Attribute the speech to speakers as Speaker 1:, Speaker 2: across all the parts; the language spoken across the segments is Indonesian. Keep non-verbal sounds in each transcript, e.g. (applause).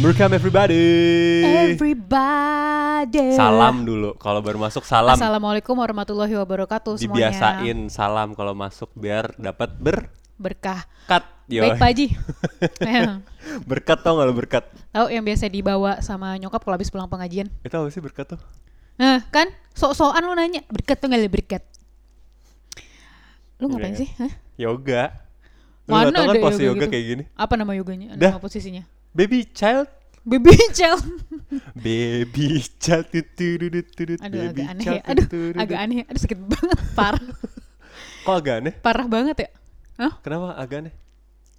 Speaker 1: Welcome everybody.
Speaker 2: Everybody.
Speaker 1: Salam dulu. Kalau baru masuk salam.
Speaker 2: Assalamualaikum warahmatullahi wabarakatuh semuanya.
Speaker 1: Dibiasain salam kalau masuk biar dapat berkat.
Speaker 2: Berkah.
Speaker 1: Yo.
Speaker 2: Baik Pak Haji. Eh,
Speaker 1: (laughs) berkat tau gak lo berkat?
Speaker 2: Tahu yang biasa dibawa sama nyokap kalau habis pulang pengajian?
Speaker 1: Itu apa sih berkat tuh?
Speaker 2: Nah, kan sok-sokan lu nanya, berkat tuh nggak ada berkat. Lu
Speaker 1: Iya.
Speaker 2: ngapain sih? Hah?
Speaker 1: Yoga. Lu gak tau kan
Speaker 2: ada
Speaker 1: pose
Speaker 2: yoga
Speaker 1: yoga
Speaker 2: gitu?
Speaker 1: kayak gini?
Speaker 2: Apa nama yoganya?
Speaker 1: Dah.
Speaker 2: Nama posisinya?
Speaker 1: Baby child.
Speaker 2: Baby
Speaker 1: (laughs)
Speaker 2: child.
Speaker 1: Baby child. Tututututut,
Speaker 2: Aduh
Speaker 1: baby
Speaker 2: agak aneh
Speaker 1: child,
Speaker 2: ya. Aduh
Speaker 1: tutututut.
Speaker 2: agak aneh. Aduh sakit banget. Parah.
Speaker 1: Kok agak aneh?
Speaker 2: Parah banget ya. Hah?
Speaker 1: Kenapa agak aneh?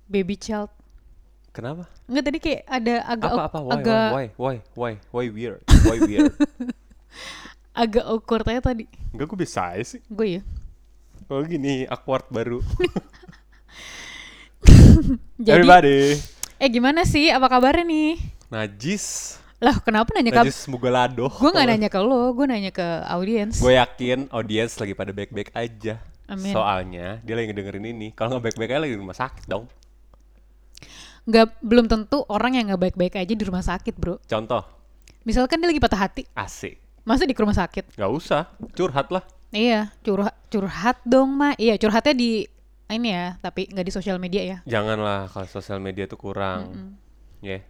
Speaker 2: Baby child.
Speaker 1: Kenapa?
Speaker 2: Enggak tadi kayak ada agak
Speaker 1: Apa apa? Why,
Speaker 2: agak
Speaker 1: why why why why why weird? Why
Speaker 2: (laughs)
Speaker 1: weird?
Speaker 2: agak awkward aja tadi
Speaker 1: Enggak gue bisa aja sih.
Speaker 2: gue ya
Speaker 1: Kalau gini awkward baru.
Speaker 2: jadi
Speaker 1: Everybody.
Speaker 2: eh gimana sih apa kabarnya nih
Speaker 1: Najis.
Speaker 2: lah kenapa nanya ke
Speaker 1: Najis semoga ladoh.
Speaker 2: gue nggak nanya ke lo gue nanya ke audiens
Speaker 1: Gue yakin audiens lagi pada baik-baik aja.
Speaker 2: Amin.
Speaker 1: Soalnya dia lagi dengerin ini. Kalau nggak baik-baik aja lagi di rumah sakit dong.
Speaker 2: nggak belum tentu orang yang nggak baik-baik aja di rumah sakit bro
Speaker 1: Contoh,
Speaker 2: misalkan dia lagi patah hati
Speaker 1: asik.
Speaker 2: masa di ke rumah sakit
Speaker 1: Gak usah, curhat lah.
Speaker 2: iya curhat curhat dong ma iya curhatnya di ini ya tapi nggak di sosial media ya
Speaker 1: Janganlah kalau sosial media tuh kurang. Ya.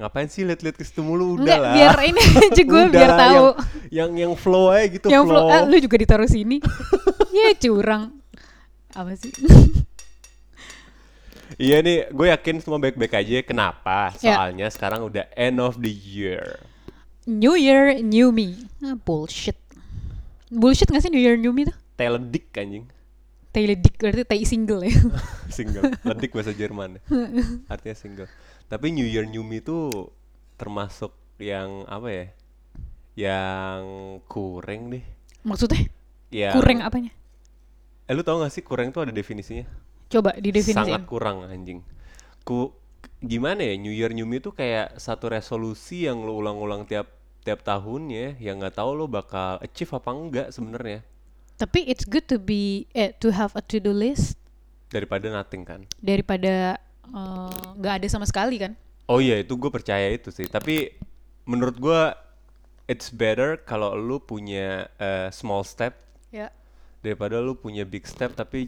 Speaker 1: Ngapain sih liat-liat ke situ mulu udah
Speaker 2: Nggak,
Speaker 1: lah.
Speaker 2: biar ini aja gue
Speaker 1: Udah
Speaker 2: biar
Speaker 1: lah,
Speaker 2: tahu
Speaker 1: Yang, yang yang flow aja gitu
Speaker 2: yang
Speaker 1: flow.
Speaker 2: flow ah, lu juga ditaruh
Speaker 1: (laughs)
Speaker 2: sini ya curang apa sih
Speaker 1: Iya nih, gue yakin semua baik-baik aja. Kenapa?
Speaker 2: Ya.
Speaker 1: Soalnya sekarang udah end of the year.
Speaker 2: New Year, New Me. Ah, bullshit. Bullshit gak sih New Year, New Me tuh?
Speaker 1: Teledik anjing.
Speaker 2: Taylor Dick berarti tai single ya.
Speaker 1: single ledik bahasa Jerman ya. artinya single tapi New Year New Me itu termasuk yang apa ya yang kurang deh
Speaker 2: (laughs) Maksudnya
Speaker 1: ya
Speaker 2: kurang apanya?
Speaker 1: eh lu tau gak sih kurang itu ada definisinya
Speaker 2: Coba
Speaker 1: sangat
Speaker 2: didefinisiin.
Speaker 1: kurang anjing ku gimana ya New Year New Me itu kayak satu resolusi yang lu ulang-ulang tiap tiap tahunnya yang nggak tahu lo bakal achieve apa enggak sebenarnya
Speaker 2: Tapi it's good to be eh to have a to do list
Speaker 1: daripada nothing kan
Speaker 2: daripada eh, nggak ada sama sekali kan?
Speaker 1: Oh iya itu gue percaya itu sih tapi menurut gue it's better kalau lu punya eh, small step
Speaker 2: Ya.
Speaker 1: daripada lu punya big step tapi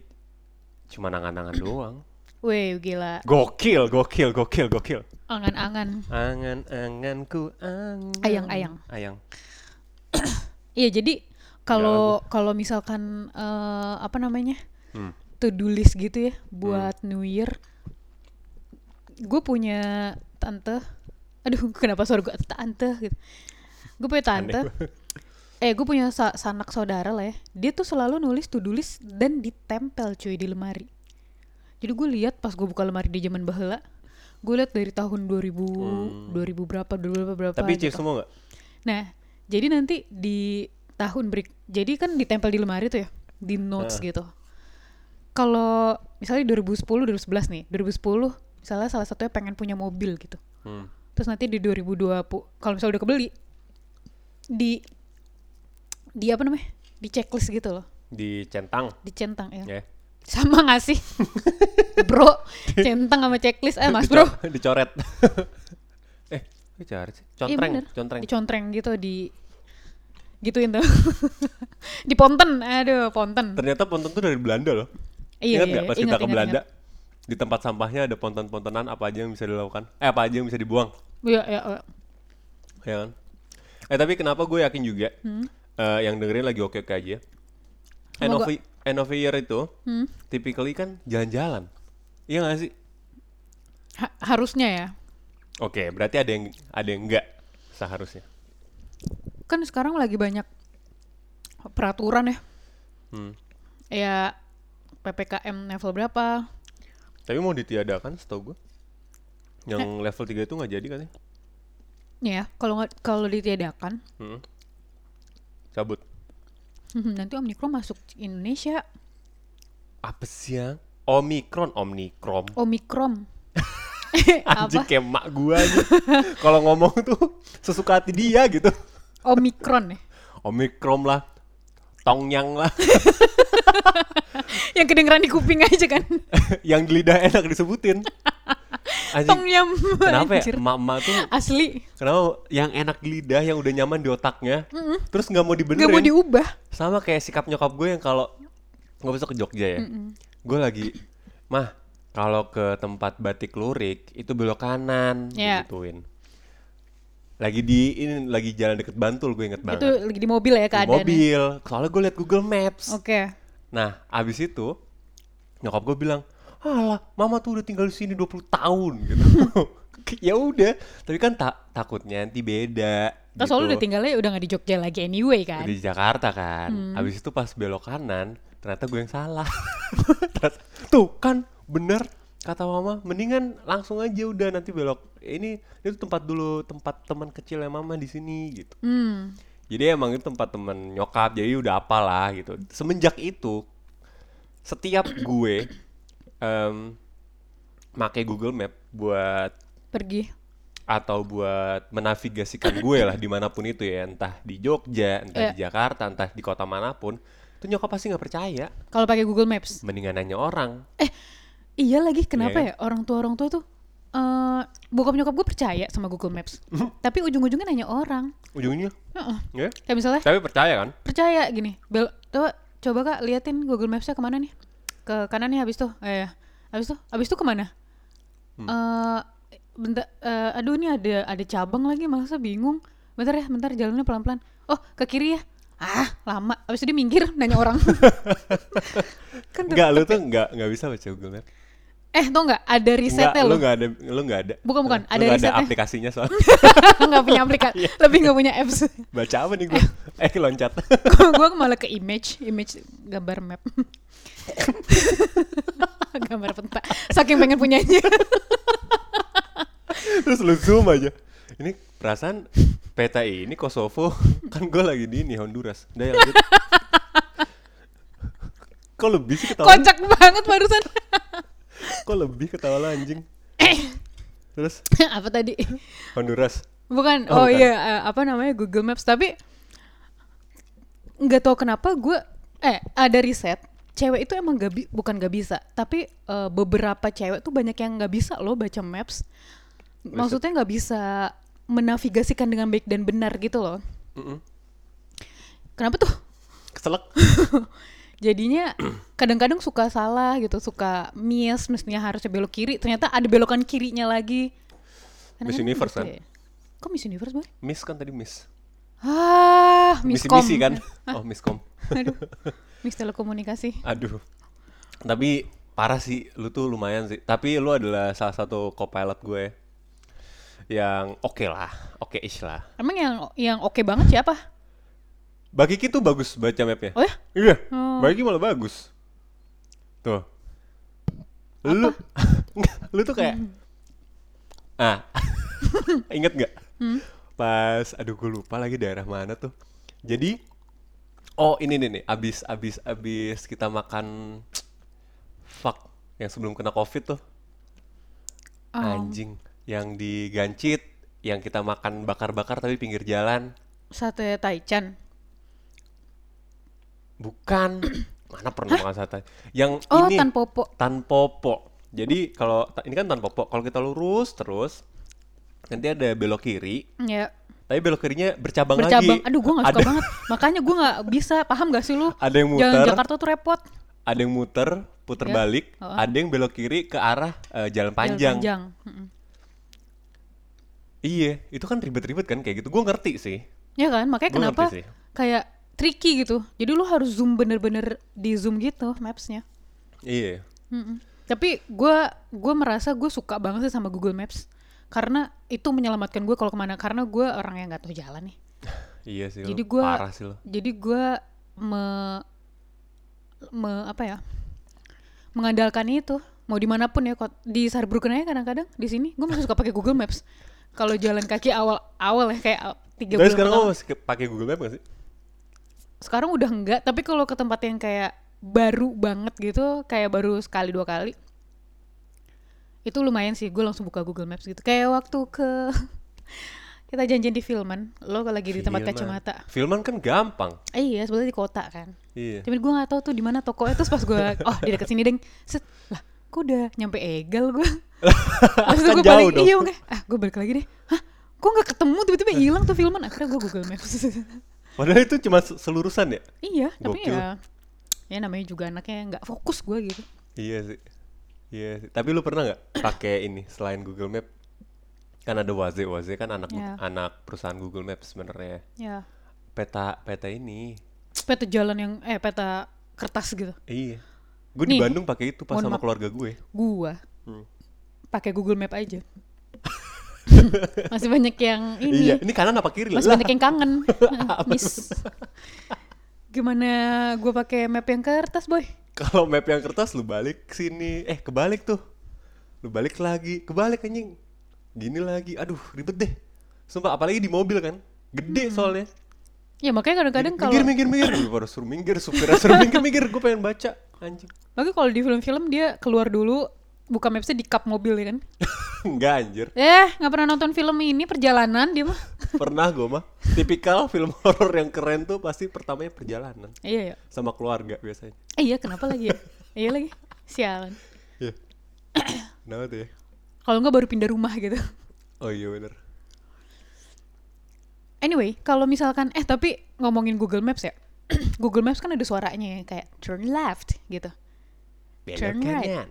Speaker 1: cuma nangan-nangan doang.
Speaker 2: Weh, gila.
Speaker 1: Gokil, gokil, gokil, gokil.
Speaker 2: Angan-angan.
Speaker 1: Angan-anganku angan.
Speaker 2: Ayang-ayang.
Speaker 1: Ayang.
Speaker 2: Iya, jadi kalau kalau misalkan eh, apa namanya?
Speaker 1: Hmm.
Speaker 2: to do list gitu ya buat New Year. Gue punya tante, aduh (laughs) kenapa suara gue tante gitu. Gue punya tante, eh gue punya sa- sanak saudara lah ya. Dia tuh selalu nulis to do list dan ditempel cuy di lemari. Jadi gue lihat pas gue buka lemari di zaman bahela, gue lihat dari tahun 2000, 2000 berapa, 2000
Speaker 1: Hmm.
Speaker 2: berapa.
Speaker 1: Tapi
Speaker 2: gitu.
Speaker 1: achieve semua nggak?
Speaker 2: Nah, jadi nanti di tahun break, jadi kan ditempel di lemari tuh ya, di notes gitu. Kalau misalnya 2010, 2011 nih, 2010 misalnya salah satunya pengen punya mobil gitu.
Speaker 1: Hmm.
Speaker 2: Terus nanti di 2020, kalau misalnya udah kebeli, di di apa namanya? Di checklist gitu loh,
Speaker 1: Di centang
Speaker 2: dicentang ya.
Speaker 1: ya.
Speaker 2: Sama gak sih? (laughs) bro, centang sama checklist, eh mas
Speaker 1: Dico- (laughs)
Speaker 2: bro. (laughs)
Speaker 1: dicoret. eh, dicoret sih.
Speaker 2: Iya,
Speaker 1: Contreng,
Speaker 2: bener.
Speaker 1: contreng.
Speaker 2: Dicontreng gitu di gituin tuh. (laughs) di Ponten, aduh Ponten.
Speaker 1: Ternyata ponton tuh dari Belanda loh.
Speaker 2: Iya,
Speaker 1: Ingat
Speaker 2: iya,
Speaker 1: nggak pas
Speaker 2: iya.
Speaker 1: kita
Speaker 2: Ingat,
Speaker 1: ke
Speaker 2: ingat,
Speaker 1: Belanda? Di tempat sampahnya ada ponton-pontonan apa aja yang bisa dilakukan? Eh apa aja yang bisa dibuang?
Speaker 2: Iya, iya, iya.
Speaker 1: Ya kan? Eh tapi kenapa gue yakin juga
Speaker 2: Hmm?
Speaker 1: eh, yang dengerin lagi oke-oke aja. End of,
Speaker 2: Semoga-
Speaker 1: y- end of year itu
Speaker 2: Hmm?
Speaker 1: typically kan jalan-jalan. Iya gak sih?
Speaker 2: Ha- harusnya ya.
Speaker 1: Oke, berarti ada yang ada yang enggak seharusnya.
Speaker 2: Kan sekarang lagi banyak peraturan ya.
Speaker 1: Hmm.
Speaker 2: Ya PPKM level berapa?
Speaker 1: Tapi mau ditiadakan setahu gue. Yang level 3 itu nggak jadi kan ya?
Speaker 2: Ya, kalau nggak kalau ditiadakan (laughs)
Speaker 1: Hmm. Cabut.
Speaker 2: nanti Omikron masuk Indonesia.
Speaker 1: Apa sih yang? Omikron, Omikron. (laughs)
Speaker 2: Omikron.
Speaker 1: Anjing
Speaker 2: apa?
Speaker 1: kayak mak gua
Speaker 2: (laughs)
Speaker 1: aja. Kalau ngomong tuh sesuka hati dia gitu.
Speaker 2: Omikron ya.
Speaker 1: Omikron lah. Tongyang lah. (laughs)
Speaker 2: Yang kedengeran di kuping aja kan.
Speaker 1: yang di lidah enak disebutin.
Speaker 2: Tom
Speaker 1: Anjing,
Speaker 2: Yum
Speaker 1: kenapa ya?
Speaker 2: (laughs) anjir.
Speaker 1: Emak-emak tuh
Speaker 2: asli
Speaker 1: Kenapa yang enak di lidah yang udah nyaman di otaknya terus nggak mau dibenerin
Speaker 2: nggak mau diubah
Speaker 1: sama kayak sikap nyokap gue yang kalau nggak bisa ke Jogja ya gue lagi mah kalau ke tempat batik lurik itu belok kanan
Speaker 2: Iya.
Speaker 1: gituin lagi di ini lagi jalan deket Bantul gue inget
Speaker 2: itu
Speaker 1: banget
Speaker 2: lagi di mobil ya
Speaker 1: Nah. di
Speaker 2: keadaannya
Speaker 1: mobil soalnya gue liat Google Maps
Speaker 2: oke
Speaker 1: nah abis itu nyokap gue bilang alah mama tuh udah tinggal di sini 20 tahun gitu (laughs) ya udah tapi kan tak takutnya nanti beda
Speaker 2: Terus
Speaker 1: gitu
Speaker 2: lu Oh, Kan udah tinggalnya udah gak di Jogja lagi anyway kan. Hmm.
Speaker 1: di Jakarta kan. Habis itu pas belok kanan, ternyata gue yang salah. (laughs) Terus, Tuh kan bener kata mama, mendingan langsung aja udah nanti belok. Ini itu tempat dulu tempat teman kecilnya mama di sini gitu.
Speaker 2: Hmm.
Speaker 1: Jadi emang itu tempat temen nyokap, jadi udah apalah gitu. Semenjak itu setiap gue em make Google Map buat
Speaker 2: Pergi.
Speaker 1: atau buat menavigasikan gue lah dimanapun itu ya entah di Jogja entah
Speaker 2: Iya.
Speaker 1: di Jakarta entah di kota manapun itu nyokap pasti nggak percaya
Speaker 2: Kalau pakai Google Maps.
Speaker 1: mendingan nanya orang
Speaker 2: Iya lagi kenapa
Speaker 1: Iya
Speaker 2: ya orang tua orang tua tuh eh bokap nyokap gue percaya sama Google Maps.
Speaker 1: Hmm?
Speaker 2: Tapi ujung-ujungnya nanya orang.
Speaker 1: ujungnya
Speaker 2: Heeh.
Speaker 1: ya
Speaker 2: Kayak misalnya
Speaker 1: tapi percaya kan
Speaker 2: percaya gini. Bel, coba coba kak liatin Google Maps-nya kemana nih? Ke kanan nih habis tuh. Eh, habis tuh, habis tuh kemana?
Speaker 1: Hmm.
Speaker 2: Eh, bentar, eh, aduh ini ada ada cabang lagi masa bingung. Bentar ya, bentar jalannya pelan-pelan. Oh, ke kiri ya. Ah, lama. Habis itu dia minggir (laughs) nanya
Speaker 1: (laughs)
Speaker 2: orang. kan
Speaker 1: nggak lu tuh nggak nggak bisa baca Google Maps
Speaker 2: Eh, tau nggak? Ada
Speaker 1: nggak
Speaker 2: risetnya
Speaker 1: lu
Speaker 2: loh.
Speaker 1: nggak ada lu nggak ada
Speaker 2: Bukan, bukan,
Speaker 1: Lu nggak
Speaker 2: ada
Speaker 1: ada Iya.
Speaker 2: risetnya.
Speaker 1: aplikasinya soal
Speaker 2: (laughs) Nggak punya aplikasi, lebih nggak punya apps.
Speaker 1: (laughs) baca apa
Speaker 2: (laughs)
Speaker 1: nih gue eh loncat
Speaker 2: gue malah ke image, image gambar (laughs) map. gambar peta. Saking pengen punyanya.
Speaker 1: terus lu zoom aja ini perasaan peta ini Kosovo kan gue lagi di ini Honduras udah ya, yang kok lebih sih ketawa
Speaker 2: Kocak banget barusan.
Speaker 1: Kok lebih ketawa lo anjing? Terus
Speaker 2: (laughs) apa tadi?
Speaker 1: Honduras.
Speaker 2: Bukan. Oh,
Speaker 1: Oh, bukan.
Speaker 2: iya, eh, apa namanya Google Maps. Tapi nggak tahu kenapa gue. Eh, ada riset. Cewek itu emang gak bi- bukan gak bisa, tapi eh, beberapa cewek tuh banyak yang nggak bisa loh baca maps. Maksudnya nggak bisa menavigasikan dengan baik dan benar gitu loh.
Speaker 1: Mm-mm.
Speaker 2: Kenapa tuh?
Speaker 1: Keselak.
Speaker 2: Jadinya kadang-kadang suka salah gitu, suka miss, mestinya harusnya belok kiri, ternyata ada belokan kirinya lagi.
Speaker 1: Miss
Speaker 2: Kadang-kadang
Speaker 1: Universe,
Speaker 2: gitu
Speaker 1: kan?
Speaker 2: ya. Kok Miss Universe, Boy?
Speaker 1: Miss kan tadi miss.
Speaker 2: Ah, miskom.
Speaker 1: Misi-misi kan? Oh, miskom.
Speaker 2: Aduh, (laughs) Miss Telekomunikasi.
Speaker 1: Aduh. Tapi parah sih, lu tuh lumayan sih. Tapi lu adalah salah satu co-pilot gue yang oke lah, oke ish lah.
Speaker 2: Emang yang yang oke banget siapa?
Speaker 1: Bagi itu bagus baca mapnya.
Speaker 2: Oh ya?
Speaker 1: Iya,
Speaker 2: Oh.
Speaker 1: bagi malah bagus. Tuh. Lu (laughs) Nggak, lu tuh kayak
Speaker 2: Hmm.
Speaker 1: Ah. (laughs) Ingat nggak?
Speaker 2: Hmm.
Speaker 1: Pas aduh gue lupa lagi daerah mana tuh. Jadi oh ini nih nih abis abis abis kita makan fuck yang sebelum kena covid tuh.
Speaker 2: Oh.
Speaker 1: Anjing yang digancit yang kita makan bakar-bakar tapi pinggir jalan.
Speaker 2: Sate Taichan.
Speaker 1: Bukan. (clears throat) Mana pernah makan sate? Yang
Speaker 2: Oh,
Speaker 1: ini
Speaker 2: Tanpopo.
Speaker 1: Tanpopo. Jadi kalau ta- ini kan Tanpopo, kalau kita lurus terus nanti ada belok kiri.
Speaker 2: Ya,
Speaker 1: Tapi belok kirinya bercabang,
Speaker 2: bercabang.
Speaker 1: lagi.
Speaker 2: Aduh, gue gak suka
Speaker 1: ada,
Speaker 2: banget. Makanya gue gak bisa, paham gak sih lu?
Speaker 1: Ada yang
Speaker 2: Jalan
Speaker 1: muter.
Speaker 2: Jakarta tuh repot.
Speaker 1: Ada yang muter, puter
Speaker 2: Ya.
Speaker 1: balik,
Speaker 2: Oh.
Speaker 1: ada yang belok kiri ke arah eh, jalan,
Speaker 2: Jalan
Speaker 1: panjang.
Speaker 2: panjang. Mm-mm.
Speaker 1: Iya, itu kan ribet-ribet kan kayak gitu. Gue ngerti sih.
Speaker 2: Ya kan, makanya
Speaker 1: Gua
Speaker 2: kenapa
Speaker 1: ngerti sih.
Speaker 2: kayak tricky gitu. Jadi lu harus zoom bener-bener di zoom gitu mapsnya.
Speaker 1: Iya.
Speaker 2: Mm-mm. Tapi gue gua merasa gue suka banget sih sama Google Maps karena itu menyelamatkan gue kalau kemana karena gue orang yang nggak tahu jalan nih.
Speaker 1: Iya sih.
Speaker 2: Jadi
Speaker 1: lu.
Speaker 2: gua-
Speaker 1: parah sih lo.
Speaker 2: Jadi gue me, me apa ya mengandalkan itu mau dimanapun ya kot- di Saarbrücken aja kadang-kadang di sini gue masih suka pakai Google Maps kalau jalan kaki awal-awal ya kayak aw- tiga
Speaker 1: Tapi
Speaker 2: bulan
Speaker 1: sekarang
Speaker 2: pertama.
Speaker 1: lo masih ke- pakai Google Map gak sih?
Speaker 2: sekarang udah enggak tapi kalau ke tempat yang kayak baru banget gitu kayak baru sekali dua kali itu lumayan sih gue langsung buka Google Maps gitu kayak waktu ke (laughs) kita janjian di Filman lo lagi di tempat
Speaker 1: Filman.
Speaker 2: kacamata
Speaker 1: Filman kan gampang.
Speaker 2: eh, iya sebenarnya di kota kan (laughs)
Speaker 1: Iya.
Speaker 2: tapi gue
Speaker 1: (laughs) (laughs)
Speaker 2: nggak tahu tuh di mana toko itu pas gue oh di dekat sini deng set lah gue udah nyampe egal gue Habis itu
Speaker 1: Kan
Speaker 2: gue
Speaker 1: jauh
Speaker 2: balik,
Speaker 1: dong.
Speaker 2: (laughs) iya makanya, ah gue balik lagi deh. Hah? Kok nggak ketemu tiba-tiba hilang tuh filman? Akhirnya gue Google Maps. (laughs)
Speaker 1: Padahal itu cuma se- selurusan ya?
Speaker 2: iya, tapi
Speaker 1: Gokil.
Speaker 2: ya, ya namanya juga anaknya nggak fokus gue gitu.
Speaker 1: Iya sih. Iya sih. Tapi lu pernah nggak pakai ini selain Google Map? Kan ada Waze, Waze kan anak
Speaker 2: Iya.
Speaker 1: anak perusahaan Google Maps sebenarnya.
Speaker 2: Ya,
Speaker 1: Peta peta ini.
Speaker 2: peta jalan yang eh peta kertas gitu.
Speaker 1: Iya. Gue di
Speaker 2: Nih,
Speaker 1: Bandung pakai itu pas sama
Speaker 2: mohon maaf.
Speaker 1: keluarga gue.
Speaker 2: Gua
Speaker 1: Hmm.
Speaker 2: pakai Google Map aja. Masih banyak yang ini.
Speaker 1: Iya, ini kanan apa kiri
Speaker 2: Masih
Speaker 1: lah?
Speaker 2: banyak yang
Speaker 1: (laughs)
Speaker 2: kangen. Miss. Gimana gue pakai map yang kertas, boy?
Speaker 1: Kalau map yang kertas lu balik sini, eh kebalik tuh. Lu balik lagi, kebalik anjing. Gini lagi. Aduh, ribet deh. Sumpah apalagi di mobil kan. Gede soalnya.
Speaker 2: Ya makanya kadang-kadang
Speaker 1: Jadi,
Speaker 2: Hmm. kalau
Speaker 1: minggir minggir minggir Lu baru suruh minggir supirnya suruh minggir minggir gue pengen baca anjing
Speaker 2: Makanya kalau di film-film dia keluar dulu buka mapsnya di kap mobil ya kan?
Speaker 1: enggak anjir
Speaker 2: Eh, nggak pernah nonton film ini perjalanan dia mah.
Speaker 1: pernah gue mah tipikal film horor yang keren tuh pasti pertamanya perjalanan
Speaker 2: iya ya.
Speaker 1: sama keluarga biasanya
Speaker 2: Eh, iya kenapa lagi ya? (laughs) iya lagi. Sialan.
Speaker 1: Iya (coughs) kenapa tuh ya
Speaker 2: Kalau nggak baru pindah rumah gitu.
Speaker 1: oh iya bener
Speaker 2: Anyway, kalau misalkan eh tapi ngomongin Google Maps ya. (clears throat) Google Maps kan ada suaranya ya kayak turn left gitu.
Speaker 1: belok
Speaker 2: Turn right.
Speaker 1: kanan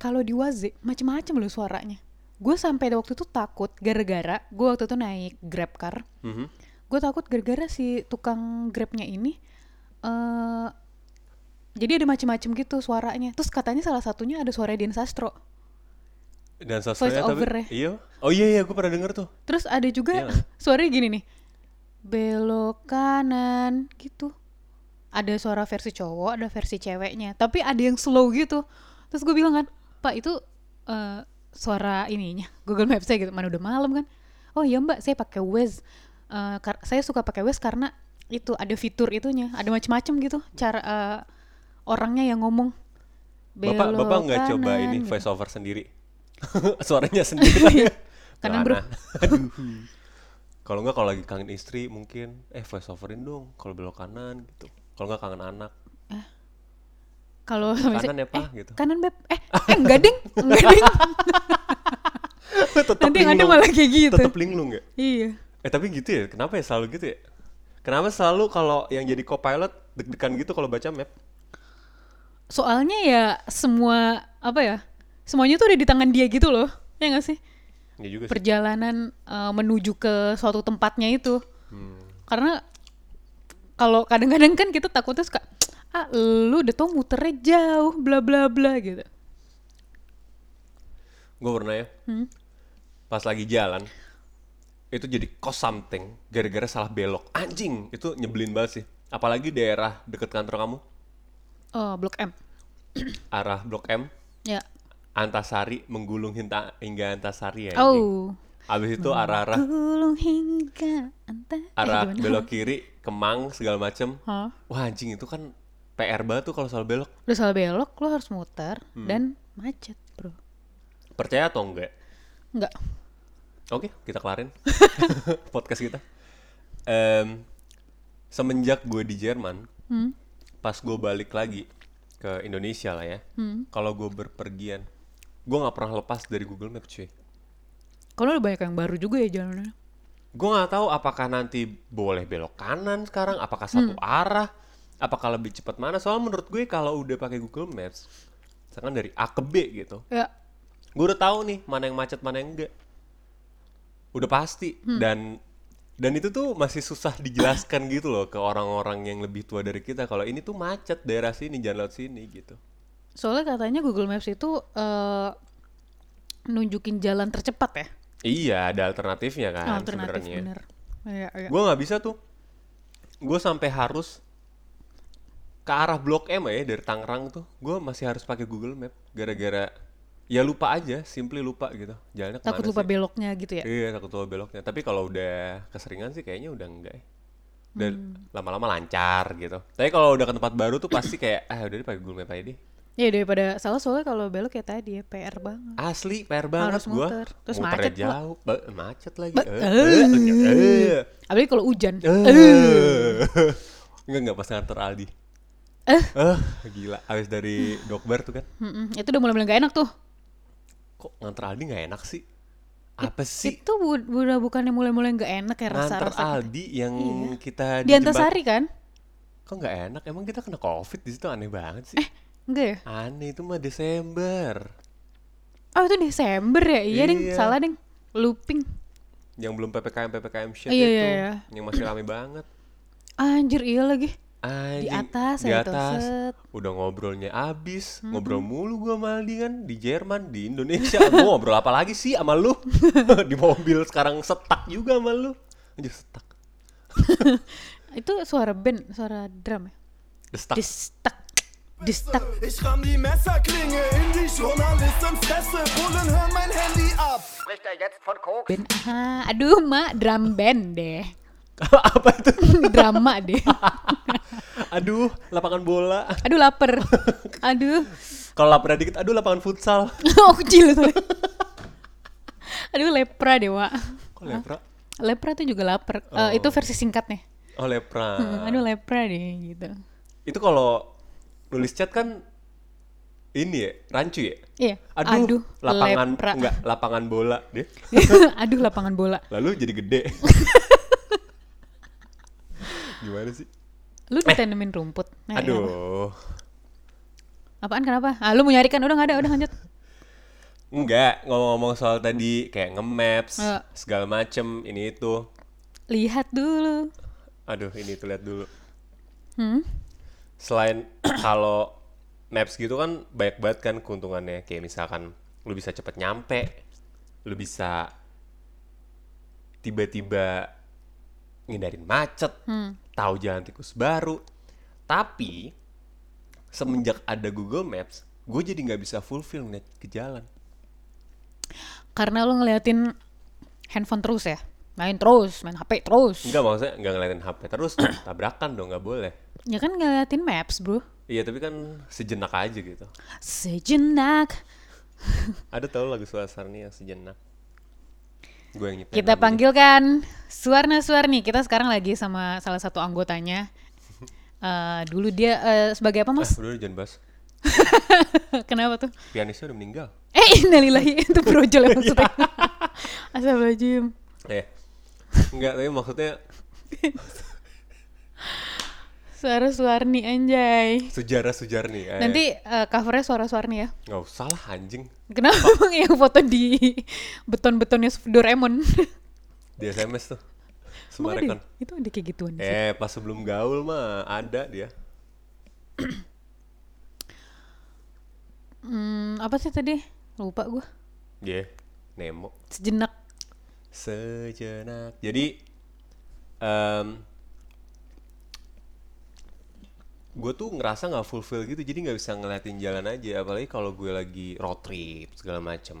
Speaker 2: Kalau di Waze macem-macem loh suaranya. Gue sampai waktu itu takut gara-gara gue waktu itu naik Grab car.
Speaker 1: Mhm.
Speaker 2: Gue takut gara-gara si tukang grabnya ini eh jadi ada macem-macem gitu suaranya. Terus katanya salah satunya ada suara Dian Sastro.
Speaker 1: dan sastranya
Speaker 2: Voice
Speaker 1: tapi
Speaker 2: over ya.
Speaker 1: iya oh iya iya gue pernah denger tuh
Speaker 2: Terus ada juga
Speaker 1: Iya.
Speaker 2: suaranya gini nih. Belok kanan gitu. Ada suara versi cowok, ada versi ceweknya. Tapi ada yang slow gitu. Terus gue bilang kan, Pak itu eh, suara ininya. (laughs) Google Maps saya gitu. Mana udah malam kan. Oh iya mbak, saya pakai Waze. Eh, kar- saya suka pakai Waze karena itu ada fitur itunya. Ada macam-macam gitu. Cara eh, orangnya yang ngomong.
Speaker 1: bapak bapak
Speaker 2: "Belok
Speaker 1: nggak coba
Speaker 2: kanan,"
Speaker 1: ini
Speaker 2: gitu.
Speaker 1: voice over sendiri (laughs) suaranya (laughs) sendiri
Speaker 2: iya. Kanan, bro.
Speaker 1: Celana. Aduh. kalau nggak kalau lagi kangen istri mungkin eh voice overin dong kalau belok kanan gitu kalau nggak kangen anak
Speaker 2: Kalau sama istri,
Speaker 1: Kanan ya,
Speaker 2: eh,
Speaker 1: Pak," gitu.
Speaker 2: Kanan beb. Eh, eh enggak ding. (laughs) Enggak ding.
Speaker 1: tetap
Speaker 2: (laughs) Nanti yang ada malah kayak gitu.
Speaker 1: tetap linglung ya
Speaker 2: Iya.
Speaker 1: Eh tapi gitu ya, kenapa ya selalu gitu ya? Kenapa selalu kalau yang jadi co-pilot deg-degan gitu kalau baca map?
Speaker 2: Soalnya ya semua apa ya? Semuanya tuh ada di tangan dia gitu loh. Ya nggak sih?
Speaker 1: Ya juga sih.
Speaker 2: Perjalanan eh, menuju ke suatu tempatnya itu. Karena kalau kadang-kadang kan kita takutnya suka ah lu udah tau muternya jauh bla bla bla gitu.
Speaker 1: Gue pernah ya,
Speaker 2: Hmm?
Speaker 1: pas lagi jalan, itu jadi cost something gara-gara salah belok. Anjing, itu nyebelin banget sih. Apalagi daerah deket kantor kamu,
Speaker 2: Oh, Blok M.
Speaker 1: arah Blok M,
Speaker 2: Ya.
Speaker 1: Antasari, menggulung hinta, hingga Antasari ya. anjing.
Speaker 2: Oh.
Speaker 1: Abis itu arah-arah,
Speaker 2: Gulung hingga anta. eh,
Speaker 1: arah
Speaker 2: gimana?
Speaker 1: belok kiri, Kemang, segala macem.
Speaker 2: Hah?
Speaker 1: Wah anjing, itu kan PR banget tuh kalau salah belok.
Speaker 2: Udah salah belok, lo harus muter dan macet, bro.
Speaker 1: Percaya atau enggak?
Speaker 2: Enggak.
Speaker 1: Oke, kita kelarin (laughs) podcast kita. Em, semenjak gue di Jerman,
Speaker 2: Hmm.
Speaker 1: pas gue balik lagi ke Indonesia lah ya,
Speaker 2: Hmm.
Speaker 1: kalau gue berpergian, gue nggak pernah lepas dari Google Maps cuy.
Speaker 2: Kalau udah banyak yang baru juga ya jalannya.
Speaker 1: Gue nggak tahu apakah nanti boleh belok kanan sekarang, apakah
Speaker 2: Hmm.
Speaker 1: satu arah, apakah lebih cepat mana. Soalnya menurut gue kalau udah pakai Google Maps, misalkan dari A ke B gitu,
Speaker 2: Ya,
Speaker 1: gue udah tahu nih mana yang macet mana yang enggak udah pasti
Speaker 2: Hmm.
Speaker 1: dan dan itu tuh masih susah
Speaker 2: (laughs)
Speaker 1: dijelaskan gitu loh ke orang-orang yang lebih tua dari kita kalau ini tuh macet daerah sini jalan lewat sini gitu
Speaker 2: soalnya katanya Google Maps itu eh, nunjukin jalan tercepat ya.
Speaker 1: iya ada alternatifnya kan
Speaker 2: Alternatif
Speaker 1: sebenarnya
Speaker 2: bener. Iya, iya.
Speaker 1: gue nggak bisa tuh gue sampai harus ke arah blok M ya dari Tangerang tuh gue masih harus pakai Google Map gara-gara ya lupa aja simply lupa gitu jalannya
Speaker 2: Takut
Speaker 1: kemana
Speaker 2: lupa
Speaker 1: sih?
Speaker 2: beloknya gitu ya.
Speaker 1: Iya takut tua beloknya. Tapi kalau udah keseringan sih kayaknya udah enggak ya. Dan
Speaker 2: Hmm.
Speaker 1: lama-lama lancar gitu. Tapi kalau udah ke tempat baru tuh pasti kayak ah udah deh pakai Google Map aja deh.
Speaker 2: Ya daripada salah soalnya kalau belok ya tadi ya PR banget.
Speaker 1: Asli PR banget
Speaker 2: Harus
Speaker 1: gua.
Speaker 2: muter. Terus
Speaker 1: Muternya
Speaker 2: macet pula.
Speaker 1: jauh, ba- macet lagi.
Speaker 2: Ba-
Speaker 1: Eh, eh, eh,
Speaker 2: Apalagi kalau hujan.
Speaker 1: eh.
Speaker 2: Eh.
Speaker 1: Enggak enggak pas nganter Aldi. Eh, gila. Abis dari Dokbar tuh kan.
Speaker 2: Mm-mm, itu udah mulai mulai gak enak tuh.
Speaker 1: kok nganter Aldi nggak enak sih apa sih
Speaker 2: Itu bu- udah bukannya mulai-mulai nggak enak ya
Speaker 1: nganter
Speaker 2: Iya, rasa-rasa gitu.
Speaker 1: Aldi yang kita
Speaker 2: Di
Speaker 1: jembat-
Speaker 2: Antasari kan?
Speaker 1: kok nggak enak emang kita kena covid di situ aneh banget sih
Speaker 2: Enggak ya?
Speaker 1: aneh itu mah Desember
Speaker 2: Oh itu Desember ya? Iya, ding,
Speaker 1: Iya.
Speaker 2: salah ding. Looping.
Speaker 1: yang belum ppkm ppkm shit
Speaker 2: Iya,
Speaker 1: itu
Speaker 2: iya, iya.
Speaker 1: yang masih rame banget
Speaker 2: Anjir iya lagi.
Speaker 1: Anjing,
Speaker 2: Di atas
Speaker 1: di
Speaker 2: ya itu,
Speaker 1: atas
Speaker 2: set.
Speaker 1: udah ngobrolnya abis ngobrol mulu gua sama Aldi kan di Jerman di Indonesia (laughs) gua ngobrol apa lagi sih sama lu (laughs) di mobil sekarang setak juga sama lu anjir setak
Speaker 2: Itu suara band, suara drum ya?
Speaker 1: destak
Speaker 2: Distak. Distak.
Speaker 3: Ich ramm die Messerklinge in die Journalistenfresse. Bullen hören mein Handy ab.
Speaker 4: Spricht er jetzt von Koks?
Speaker 2: Band. Aha, aduh mak, drum band deh.
Speaker 1: (laughs)
Speaker 2: (laughs)
Speaker 1: apa itu (laughs)
Speaker 2: Drama deh.
Speaker 1: aduh lapangan bola
Speaker 2: Aduh lapar. Aduh. (laughs)
Speaker 1: kalau lapar dikit aduh lapangan futsal
Speaker 2: oh kecil itu. Aduh lepra dewa.
Speaker 1: kok lepra
Speaker 2: Lepra tuh juga lapar. Eh, itu versi singkatnya.
Speaker 1: oh lepra
Speaker 2: Hmm, Aduh lepra deh gitu.
Speaker 1: itu kalau nulis chat kan ini ya rancu ya
Speaker 2: Iya.
Speaker 1: aduh, lapangan
Speaker 2: lepra.
Speaker 1: enggak lapangan bola deh
Speaker 2: (laughs) aduh lapangan bola.
Speaker 1: lalu jadi (laughs) gede gimana sih
Speaker 2: Lu ditanemin rumput. Nah,
Speaker 1: Eh.
Speaker 2: kenapa?
Speaker 1: aduh
Speaker 2: Apaan kenapa? Ah lu mau nyari kan udah nggak ada, udah lanjut.
Speaker 1: enggak ngomong-ngomong soal tadi kayak nge-maps
Speaker 2: Ayo.
Speaker 1: segala macem ini itu
Speaker 2: Lihat dulu.
Speaker 1: aduh ini tuh lihat dulu
Speaker 2: Hmm?
Speaker 1: selain (clears throat) kalau maps gitu kan banyak banget kan keuntungannya kayak misalkan lu bisa cepet nyampe lu bisa tiba-tiba ngindarin macet tahu jalan tikus baru tapi semenjak ada Google Maps gue jadi nggak bisa fulfill ngeliat ke jalan
Speaker 2: Karena lu ngeliatin handphone terus ya. Main terus, main HP terus.
Speaker 1: enggak maksudnya nggak ngeliatin HP terus (clears throat) tabrakan dong nggak boleh
Speaker 2: Ya kan ngeliatin maps, Bro.
Speaker 1: iya tapi kan sejenak aja gitu
Speaker 2: Sejenak.
Speaker 1: ada tau lagu suasana yang sejenak gue yang nyiptain
Speaker 2: Kita
Speaker 1: lagunya.
Speaker 2: panggilkan Suwarna Suwarni. Kita sekarang lagi sama salah satu
Speaker 1: (laughs)
Speaker 2: anggotanya. Eh, dulu dia eh, sebagai apa
Speaker 1: Ah, (laughs)
Speaker 2: mas?
Speaker 1: udah jangan bahas.
Speaker 2: Kenapa tuh?
Speaker 1: Pianisnya udah meninggal.
Speaker 2: Eh
Speaker 1: (laughs)
Speaker 2: innalillahi itu brojol ya maksudnya.
Speaker 1: Iya.
Speaker 2: (laughs) Astagfirullahaladzim.
Speaker 1: Eh. Enggak, tapi maksudnya
Speaker 2: Suara Suwarni anjay.
Speaker 1: sejarah-sejarah nih. Eh.
Speaker 2: Nanti eh, covernya suara Suwarni ya.
Speaker 1: nggak usah lah anjing.
Speaker 2: Kenapa (laughs) emang yang foto di beton-betonnya Doraemon?
Speaker 1: Di SMS tuh.
Speaker 2: Emang ada-
Speaker 1: Semarekan.
Speaker 2: Itu ada kayak gituan sih.
Speaker 1: kan? Eh, pas sebelum gaul mah ada dia.
Speaker 2: Hmm, apa sih tadi? Lupa gua
Speaker 1: Iya. Nemo.
Speaker 2: Sejenak.
Speaker 1: Sejenak. Jadi em gue tuh ngerasa nggak fulfill gitu jadi nggak bisa ngeliatin jalan aja apalagi kalau gue lagi road trip segala macem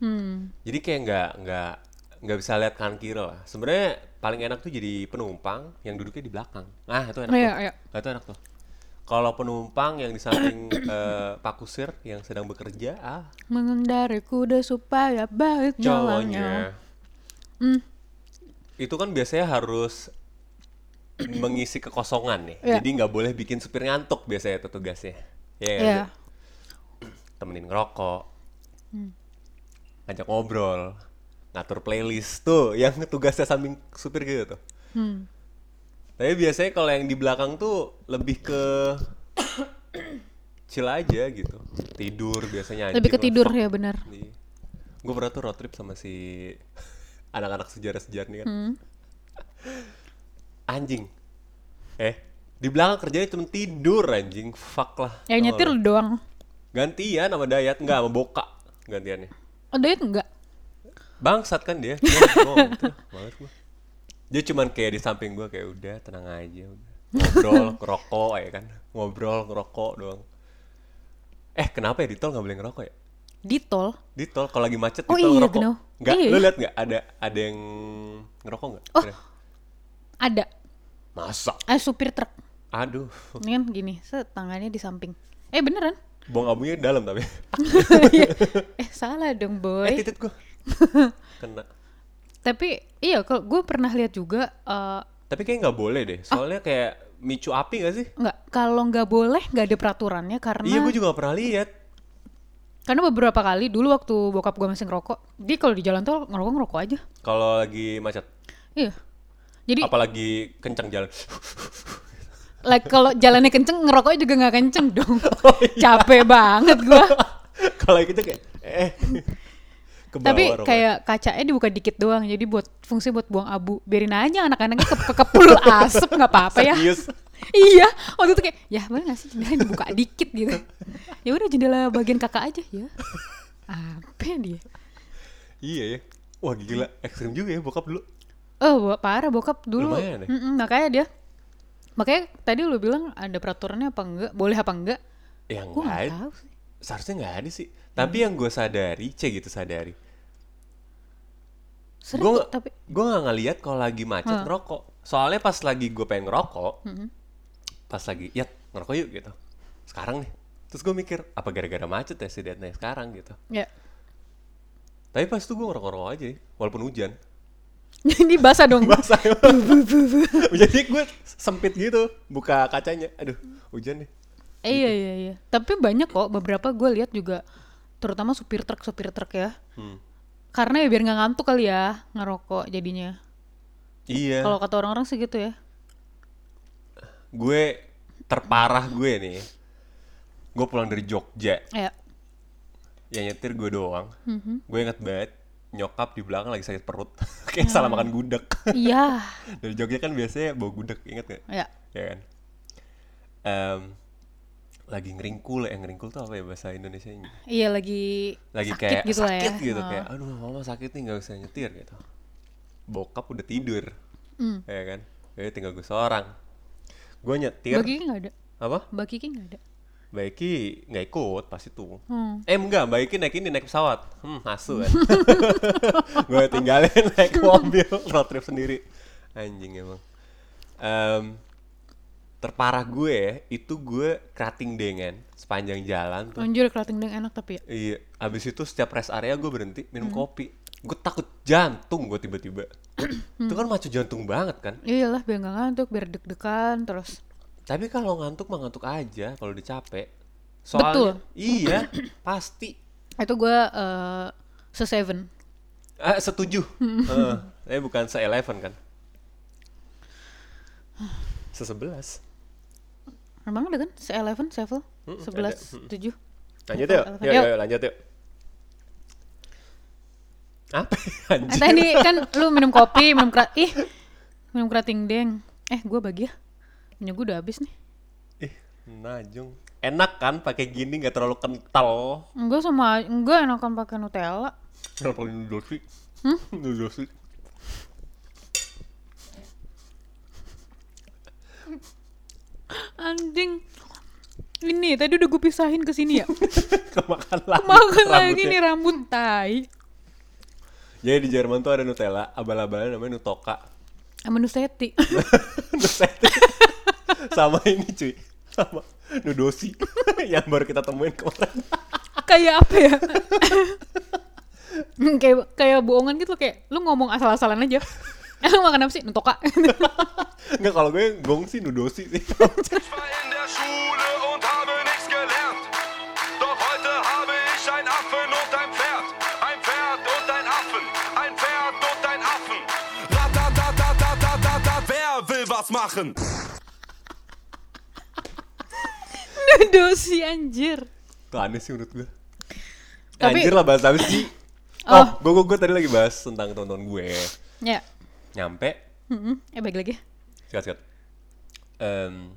Speaker 2: Hmm.
Speaker 1: jadi kayak nggak nggak nggak bisa lihat kanan kiri lah sebenarnya paling enak tuh jadi penumpang yang duduknya di belakang ah itu enak
Speaker 2: Iya,
Speaker 1: tuh
Speaker 2: iya.
Speaker 1: Nah, itu enak tuh kalau penumpang yang di samping eh, Pak Kusir yang sedang bekerja ah
Speaker 2: Mengendari kuda supaya baik jalannya.
Speaker 1: cowoknya
Speaker 2: Hmm.
Speaker 1: itu kan biasanya harus mengisi kekosongan nih
Speaker 2: Iya.
Speaker 1: jadi nggak boleh bikin supir ngantuk biasanya itu tugasnya ya
Speaker 2: Iya.
Speaker 1: temenin ngerokok
Speaker 2: Hmm.
Speaker 1: ngajak ngobrol ngatur playlist tuh yang tugasnya samping supir gitu tuh
Speaker 2: Hmm.
Speaker 1: tapi biasanya kalau yang di belakang tuh lebih ke (coughs) chill aja gitu tidur biasanya
Speaker 2: Lebih ke tidur ya benar.
Speaker 1: gue Iya. pernah tuh road trip sama si anak-anak sejarah-sejarah nih kan anjing eh di belakang kerjanya cuma tidur anjing fuck lah
Speaker 2: Yang
Speaker 1: Tau
Speaker 2: Ya, nyetir
Speaker 1: nggak?
Speaker 2: lu doang.
Speaker 1: Gantian sama Dayat enggak sama Boka gantiannya.
Speaker 2: Oh, Dayat enggak?
Speaker 1: Bangsat kan dia. Gua- gua gitu, males gua. Dia cuman kayak di samping gua kayak udah tenang aja udah. Ngobrol, ngerokok ya kan. Ngobrol, ngerokok doang. Eh, kenapa ya di tol nggak boleh ngerokok ya?
Speaker 2: Di tol.
Speaker 1: Di tol kalau lagi macet
Speaker 2: Oh
Speaker 1: di tol
Speaker 2: iya,
Speaker 1: ngerokok.
Speaker 2: genau.
Speaker 1: Enggak,
Speaker 2: Iya,
Speaker 1: lu
Speaker 2: iya.
Speaker 1: lihat nggak ada ada yang ngerokok nggak?
Speaker 2: Oh.
Speaker 1: Ada.
Speaker 2: Ada.
Speaker 1: Masa?
Speaker 2: Eh supir truk.
Speaker 1: Aduh,
Speaker 2: Ini kan gini, set, tangannya di samping. Eh
Speaker 1: (laughs)
Speaker 2: beneran?
Speaker 1: buang abunya dalam tapi.
Speaker 2: Iya. eh salah dong boy.
Speaker 1: Eh, titit gua.
Speaker 2: (laughs)
Speaker 1: Kena.
Speaker 2: Tapi iya kalau gue pernah lihat juga eh,
Speaker 1: Tapi kayak nggak boleh
Speaker 2: Ah.
Speaker 1: deh. Soalnya kayak micu api nggak sih?
Speaker 2: nggak kalau nggak boleh nggak ada peraturannya karena
Speaker 1: Iya, gue juga nggak pernah lihat.
Speaker 2: Karena beberapa kali dulu waktu bokap gue masih ngerokok, dia kalau di jalan tol ngerokok ngerokok aja.
Speaker 1: Kalau lagi macet,
Speaker 2: Iya. Jadi
Speaker 1: apalagi kencang jalan. (laughs)
Speaker 2: like kalau jalannya kenceng ngerokoknya juga nggak kenceng dong. Capek banget gua.
Speaker 1: Kalau gitu kayak eh ke bawah
Speaker 2: (laughs) Tapi
Speaker 1: rokoknya.
Speaker 2: kayak kacanya dibuka dikit doang, jadi buat fungsi buat buang abu. Biarin aja anak-anaknya ke kekepul asap nggak apa-apa ya.
Speaker 1: Serius.
Speaker 2: (laughs) iya, waktu itu kayak, ya boleh nggak sih jendela dibuka dikit gitu. Ya udah jendela bagian kakak aja ya. Apa dia?
Speaker 1: Iya ya. Wah gila, ekstrim juga ya bokap dulu.
Speaker 2: Oh bo- parah bokap dulu.
Speaker 1: Lumayan ya.
Speaker 2: Mm-mm, makanya dia, makanya tadi lu bilang ada peraturannya apa enggak, boleh apa enggak?
Speaker 1: Yang
Speaker 2: Gue nggak
Speaker 1: lain
Speaker 2: tahu sih.
Speaker 1: Ya seharusnya nggak ada sih. Tapi yang gue sadari, c gitu sadari.
Speaker 2: Sering
Speaker 1: Gue
Speaker 2: kok, tapi
Speaker 1: gue nggak ngeliat kalau lagi macet
Speaker 2: Hmm.
Speaker 1: ngerokok. Soalnya pas lagi gue pengen ngerokok, pas lagi ya ngerokok yuk gitu. Sekarang nih. Terus gue mikir apa gara-gara macet ya si Detna sekarang gitu.
Speaker 2: ya. (laughs)
Speaker 1: Tapi pas itu gue ngerokok-ngerokok aja, walaupun hujan. (laughs)
Speaker 2: Ini basah dong.
Speaker 1: Basah. (laughs) Jadi gue sempit gitu, buka kacanya. Aduh, hujan nih.
Speaker 2: Eh, iya iya iya. Tapi banyak kok beberapa gue lihat juga terutama supir truk supir truk ya.
Speaker 1: Hmm.
Speaker 2: Karena ya biar nggak ngantuk kali ya ngerokok jadinya.
Speaker 1: Iya.
Speaker 2: Kalau kata orang-orang sih gitu ya.
Speaker 1: gue terparah gue nih gue pulang dari Jogja
Speaker 2: Ya.
Speaker 1: yang nyetir gue doang
Speaker 2: Mm-hmm.
Speaker 1: gue inget banget nyokap di belakang lagi sakit perut (laughs)
Speaker 2: Ah.
Speaker 1: kayak salah makan gudeg (laughs)
Speaker 2: Iya.
Speaker 1: dari Jogja kan biasanya bawa gudeg inget gak
Speaker 2: Ya.
Speaker 1: ya kan Em, lagi ngeringkul yang ngeringkul tuh apa ya bahasa Indonesia nya
Speaker 2: Iya lagi
Speaker 1: lagi kayak
Speaker 2: sakit gitu lah ya.
Speaker 1: sakit gitu
Speaker 2: Oh.
Speaker 1: kayak aduh mama sakit nih nggak bisa nyetir gitu bokap udah tidur
Speaker 2: Hmm.
Speaker 1: ya kan jadi tinggal gue seorang gue nyetir
Speaker 2: Bagi nggak ada.
Speaker 1: apa
Speaker 2: Mbak Kiki nggak ada.
Speaker 1: Mbak Iki nggak ikut pas itu.
Speaker 2: Hmm.
Speaker 1: Eh enggak, Mbak Iki naik ini naik pesawat. Hmm, asu (laughs) kan. gue tinggalin (laughs) naik mobil road trip sendiri. Anjing emang. Em, terparah gue itu gue kerating dengan sepanjang jalan tuh.
Speaker 2: Anjir kerating deng enak tapi ya.
Speaker 1: Iya, abis itu setiap rest area gue berhenti minum
Speaker 2: Hmm.
Speaker 1: kopi. Gue takut jantung gue
Speaker 2: (coughs)
Speaker 1: tiba-tiba. itu kan macu jantung banget kan.
Speaker 2: Iyalah biar nggak ngantuk biar deg-degan terus.
Speaker 1: Tapi kalau ngantuk mah ngantuk aja kalau udah capek. Soalnya,
Speaker 2: Betul.
Speaker 1: Iya, pasti.
Speaker 2: Itu gue eh se seven.
Speaker 1: Ah, setuju. Eh, tapi bukan se-11 kan? Se-11.
Speaker 2: Emang ada kan? Se eleven, seven, sebelas, tujuh.
Speaker 1: Lanjut
Speaker 2: Betul,
Speaker 1: yuk.
Speaker 2: eleven.
Speaker 1: Yuk,
Speaker 2: Yuk.
Speaker 1: yuk, yuk, lanjut yuk. Apa ya, (laughs)
Speaker 2: Eh,
Speaker 1: anjir?
Speaker 2: tadi kan lu minum kopi, minum kerat, ih, minum kerating deng. Eh, gua bagi ya. Ini gue udah habis nih.
Speaker 1: Ih, najung. Nah, Enak kan pakai gini nggak terlalu kental.
Speaker 2: Enggak sama, enggak enakan pakai Nutella.
Speaker 1: Kenapa ini dosi? (laughs) Ini dosi.
Speaker 2: Anjing. Ini tadi udah gue pisahin ke sini (laughs) ya.
Speaker 1: Kemakan lagi.
Speaker 2: Makan lagi
Speaker 1: rambutnya.
Speaker 2: nih rambut ya. tai.
Speaker 1: Jadi di Jerman tuh ada Nutella, abal-abalnya namanya Nutoka.
Speaker 2: Sama Nuseti.
Speaker 1: Nuseti. Sama ini cuy. Sama Nudosi (laughs) yang baru kita temuin kemarin.
Speaker 2: kayak apa ya? Hmm, (laughs) kayak kayak bohongan gitu kayak lu ngomong asal-asalan aja. (laughs) Emang makan apa sih? Nutoka.
Speaker 1: Enggak kalau gue gong sih nudosi sih.
Speaker 3: Ich war in der Schule und habe nichts gelernt. Doch heute habe ich ein Affen und ein Pferd. Ein Pferd und ein Affen. Ein Pferd und ein Affen. Da, da, da, da, da, da, da, da. Wer will was machen?
Speaker 2: (laughs) Dosi anjir.
Speaker 1: Tuh aneh sih menurut gue.
Speaker 2: Tapi-
Speaker 1: Anjir lah bahas apa sih?
Speaker 2: Oh.
Speaker 1: Oh, gue, gue, gue tadi lagi bahas tentang teman-teman gue.
Speaker 2: Ya.
Speaker 1: Nyampe,
Speaker 2: Mm-mm. Eh balik lagi.
Speaker 1: sikat sikat. Em,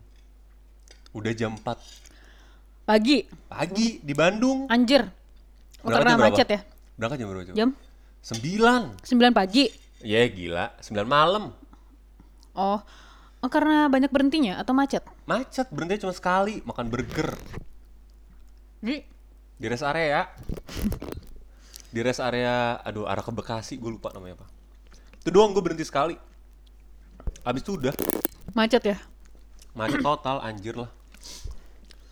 Speaker 1: udah jam 4
Speaker 2: Pagi.
Speaker 1: pagi di Bandung.
Speaker 2: Anjir.
Speaker 1: Berangkat
Speaker 2: Oh, karena
Speaker 1: jam berapa?
Speaker 2: macet ya.
Speaker 1: Berangkat jam berapa? coba?
Speaker 2: Jam
Speaker 1: 9.
Speaker 2: 9 pagi.
Speaker 1: Ya gila, 9 malam.
Speaker 2: Oh. Oh, karena banyak berhentinya atau macet?
Speaker 1: Macet, berhenti cuma sekali makan burger
Speaker 2: Jadi
Speaker 1: di rest area. ya. Di rest area, aduh arah ke Bekasi, gue lupa namanya apa. Itu doang gue berhenti sekali. Abis itu udah.
Speaker 2: macet ya.
Speaker 1: macet total anjir lah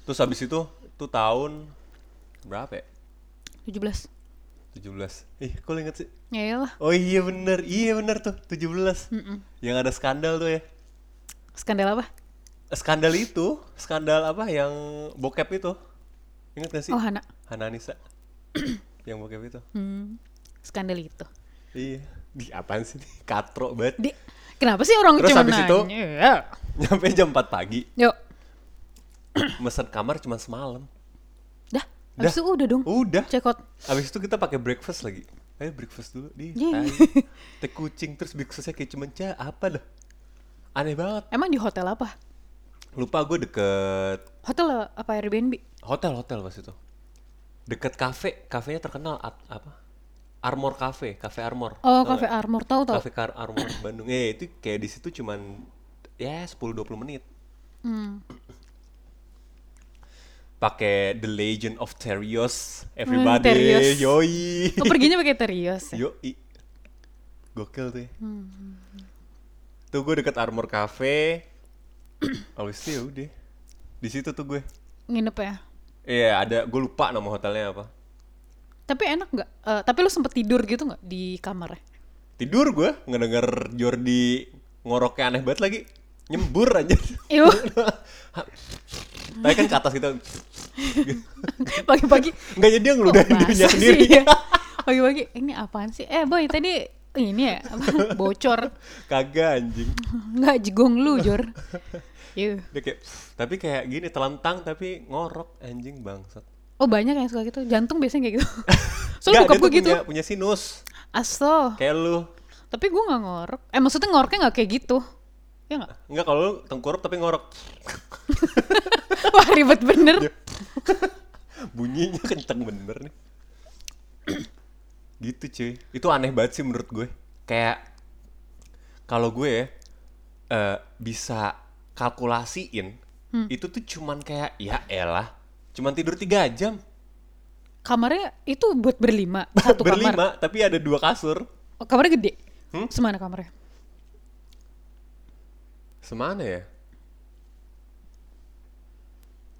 Speaker 1: terus habis itu tuh tahun berapa ya?
Speaker 2: 17.
Speaker 1: 17 ih kok lu inget sih
Speaker 2: Ya iyalah,
Speaker 1: oh iya bener iya bener tuh 17 yang ada skandal tuh ya
Speaker 2: skandal apa?
Speaker 1: skandal itu skandal apa yang bokep itu inget gak sih
Speaker 2: Oh, Hana. (clears throat)
Speaker 1: Hana Anissa yang pakai itu.
Speaker 2: Hmm, skandal itu.
Speaker 1: Iya. Di apaan sih? ini? Katro banget.
Speaker 2: Di, kenapa sih orang
Speaker 1: Terus
Speaker 2: cuma
Speaker 1: habis itu-
Speaker 2: nanya? Ya.
Speaker 1: Nyampe jam 4 pagi,
Speaker 2: Yuk,
Speaker 1: mesen kamar cuma semalam.
Speaker 2: dah.
Speaker 1: Dah.
Speaker 2: Habis
Speaker 1: Uh.
Speaker 2: itu udah dong.
Speaker 1: Udah.
Speaker 2: Check out.
Speaker 1: Habis itu kita pakai breakfast lagi. Ayo breakfast dulu di.
Speaker 2: Iya.
Speaker 1: Yeah. Teh kucing terus breakfastnya kayak cuman cah apa dah. Aneh banget.
Speaker 2: Emang di hotel apa?
Speaker 1: Lupa gue deket
Speaker 2: Hotel apa Airbnb?
Speaker 1: hotel hotel pas itu. Deket kafe, kafenya terkenal at- apa? Armor Cafe, Cafe Armor.
Speaker 2: Oh,
Speaker 1: Tau
Speaker 2: Cafe
Speaker 1: nggak?
Speaker 2: Armor tahu tahu.
Speaker 1: Cafe Car Armor Bandung. Eh, itu kayak di situ cuman ya 10 20 menit.
Speaker 2: Hmm.
Speaker 1: Pakai The Legend of Terios everybody.
Speaker 2: Terios.
Speaker 1: Yoi.
Speaker 2: Lo perginya pakai Terios. ya?
Speaker 1: (laughs) Yoi. Gokil tuh. ya. Tuh gue deket Armor Cafe. (coughs) Abis itu ya udah. Di situ tuh gue.
Speaker 2: Nginep ya.
Speaker 1: Iya, ada gue lupa nama hotelnya apa.
Speaker 2: Tapi enak nggak? Eh, tapi lu sempet tidur gitu nggak di kamar? ya? (laughs)
Speaker 1: Tidur gue ngedenger Jordi ngoroknya aneh banget lagi. Nyembur aja.
Speaker 2: Iu,
Speaker 1: (laughs) Tapi kan ke atas gitu.
Speaker 2: pagi-pagi.
Speaker 1: Enggak jadi dia
Speaker 2: kok
Speaker 1: ngeludahin
Speaker 2: basah
Speaker 1: dirinya
Speaker 2: sih? (laughs)
Speaker 1: sendiri. (laughs)
Speaker 2: Iya. Pagi-pagi, ini apaan sih? Eh boy, tadi ini ya apa? (laughs) bocor.
Speaker 1: Kagak anjing.
Speaker 2: Nggak jegong lu,
Speaker 1: (laughs)
Speaker 2: Jor. Yuh.
Speaker 1: Dia kayak, tapi kayak gini telentang tapi ngorok anjing bangsat.
Speaker 2: Oh banyak yang suka gitu. Jantung
Speaker 1: (laughs)
Speaker 2: biasanya kayak gitu.
Speaker 1: Nggak,
Speaker 2: Soalnya bokap
Speaker 1: dia
Speaker 2: gue
Speaker 1: tuh
Speaker 2: gitu.
Speaker 1: Punya, punya sinus.
Speaker 2: Aso.
Speaker 1: Kayak lu.
Speaker 2: Tapi gue nggak ngorok. Eh maksudnya ngoroknya nggak kayak gitu. Ya nggak? (laughs)
Speaker 1: Enggak kalau lu tengkurap tapi ngorok
Speaker 2: Wah ribet bener.
Speaker 1: Iya. bunyinya kenceng bener nih. gitu cuy. Itu aneh banget sih menurut gue. Kayak kalau gue ya eh, bisa kalkulasiin itu tuh cuman kayak ya elah cuman tidur tiga jam
Speaker 2: Kamarnya itu buat berlima. Satu kamar.
Speaker 1: berlima tapi ada dua kasur
Speaker 2: Oh, kamarnya gede.
Speaker 1: Hmm?
Speaker 2: Semana kamarnya?
Speaker 1: semana ya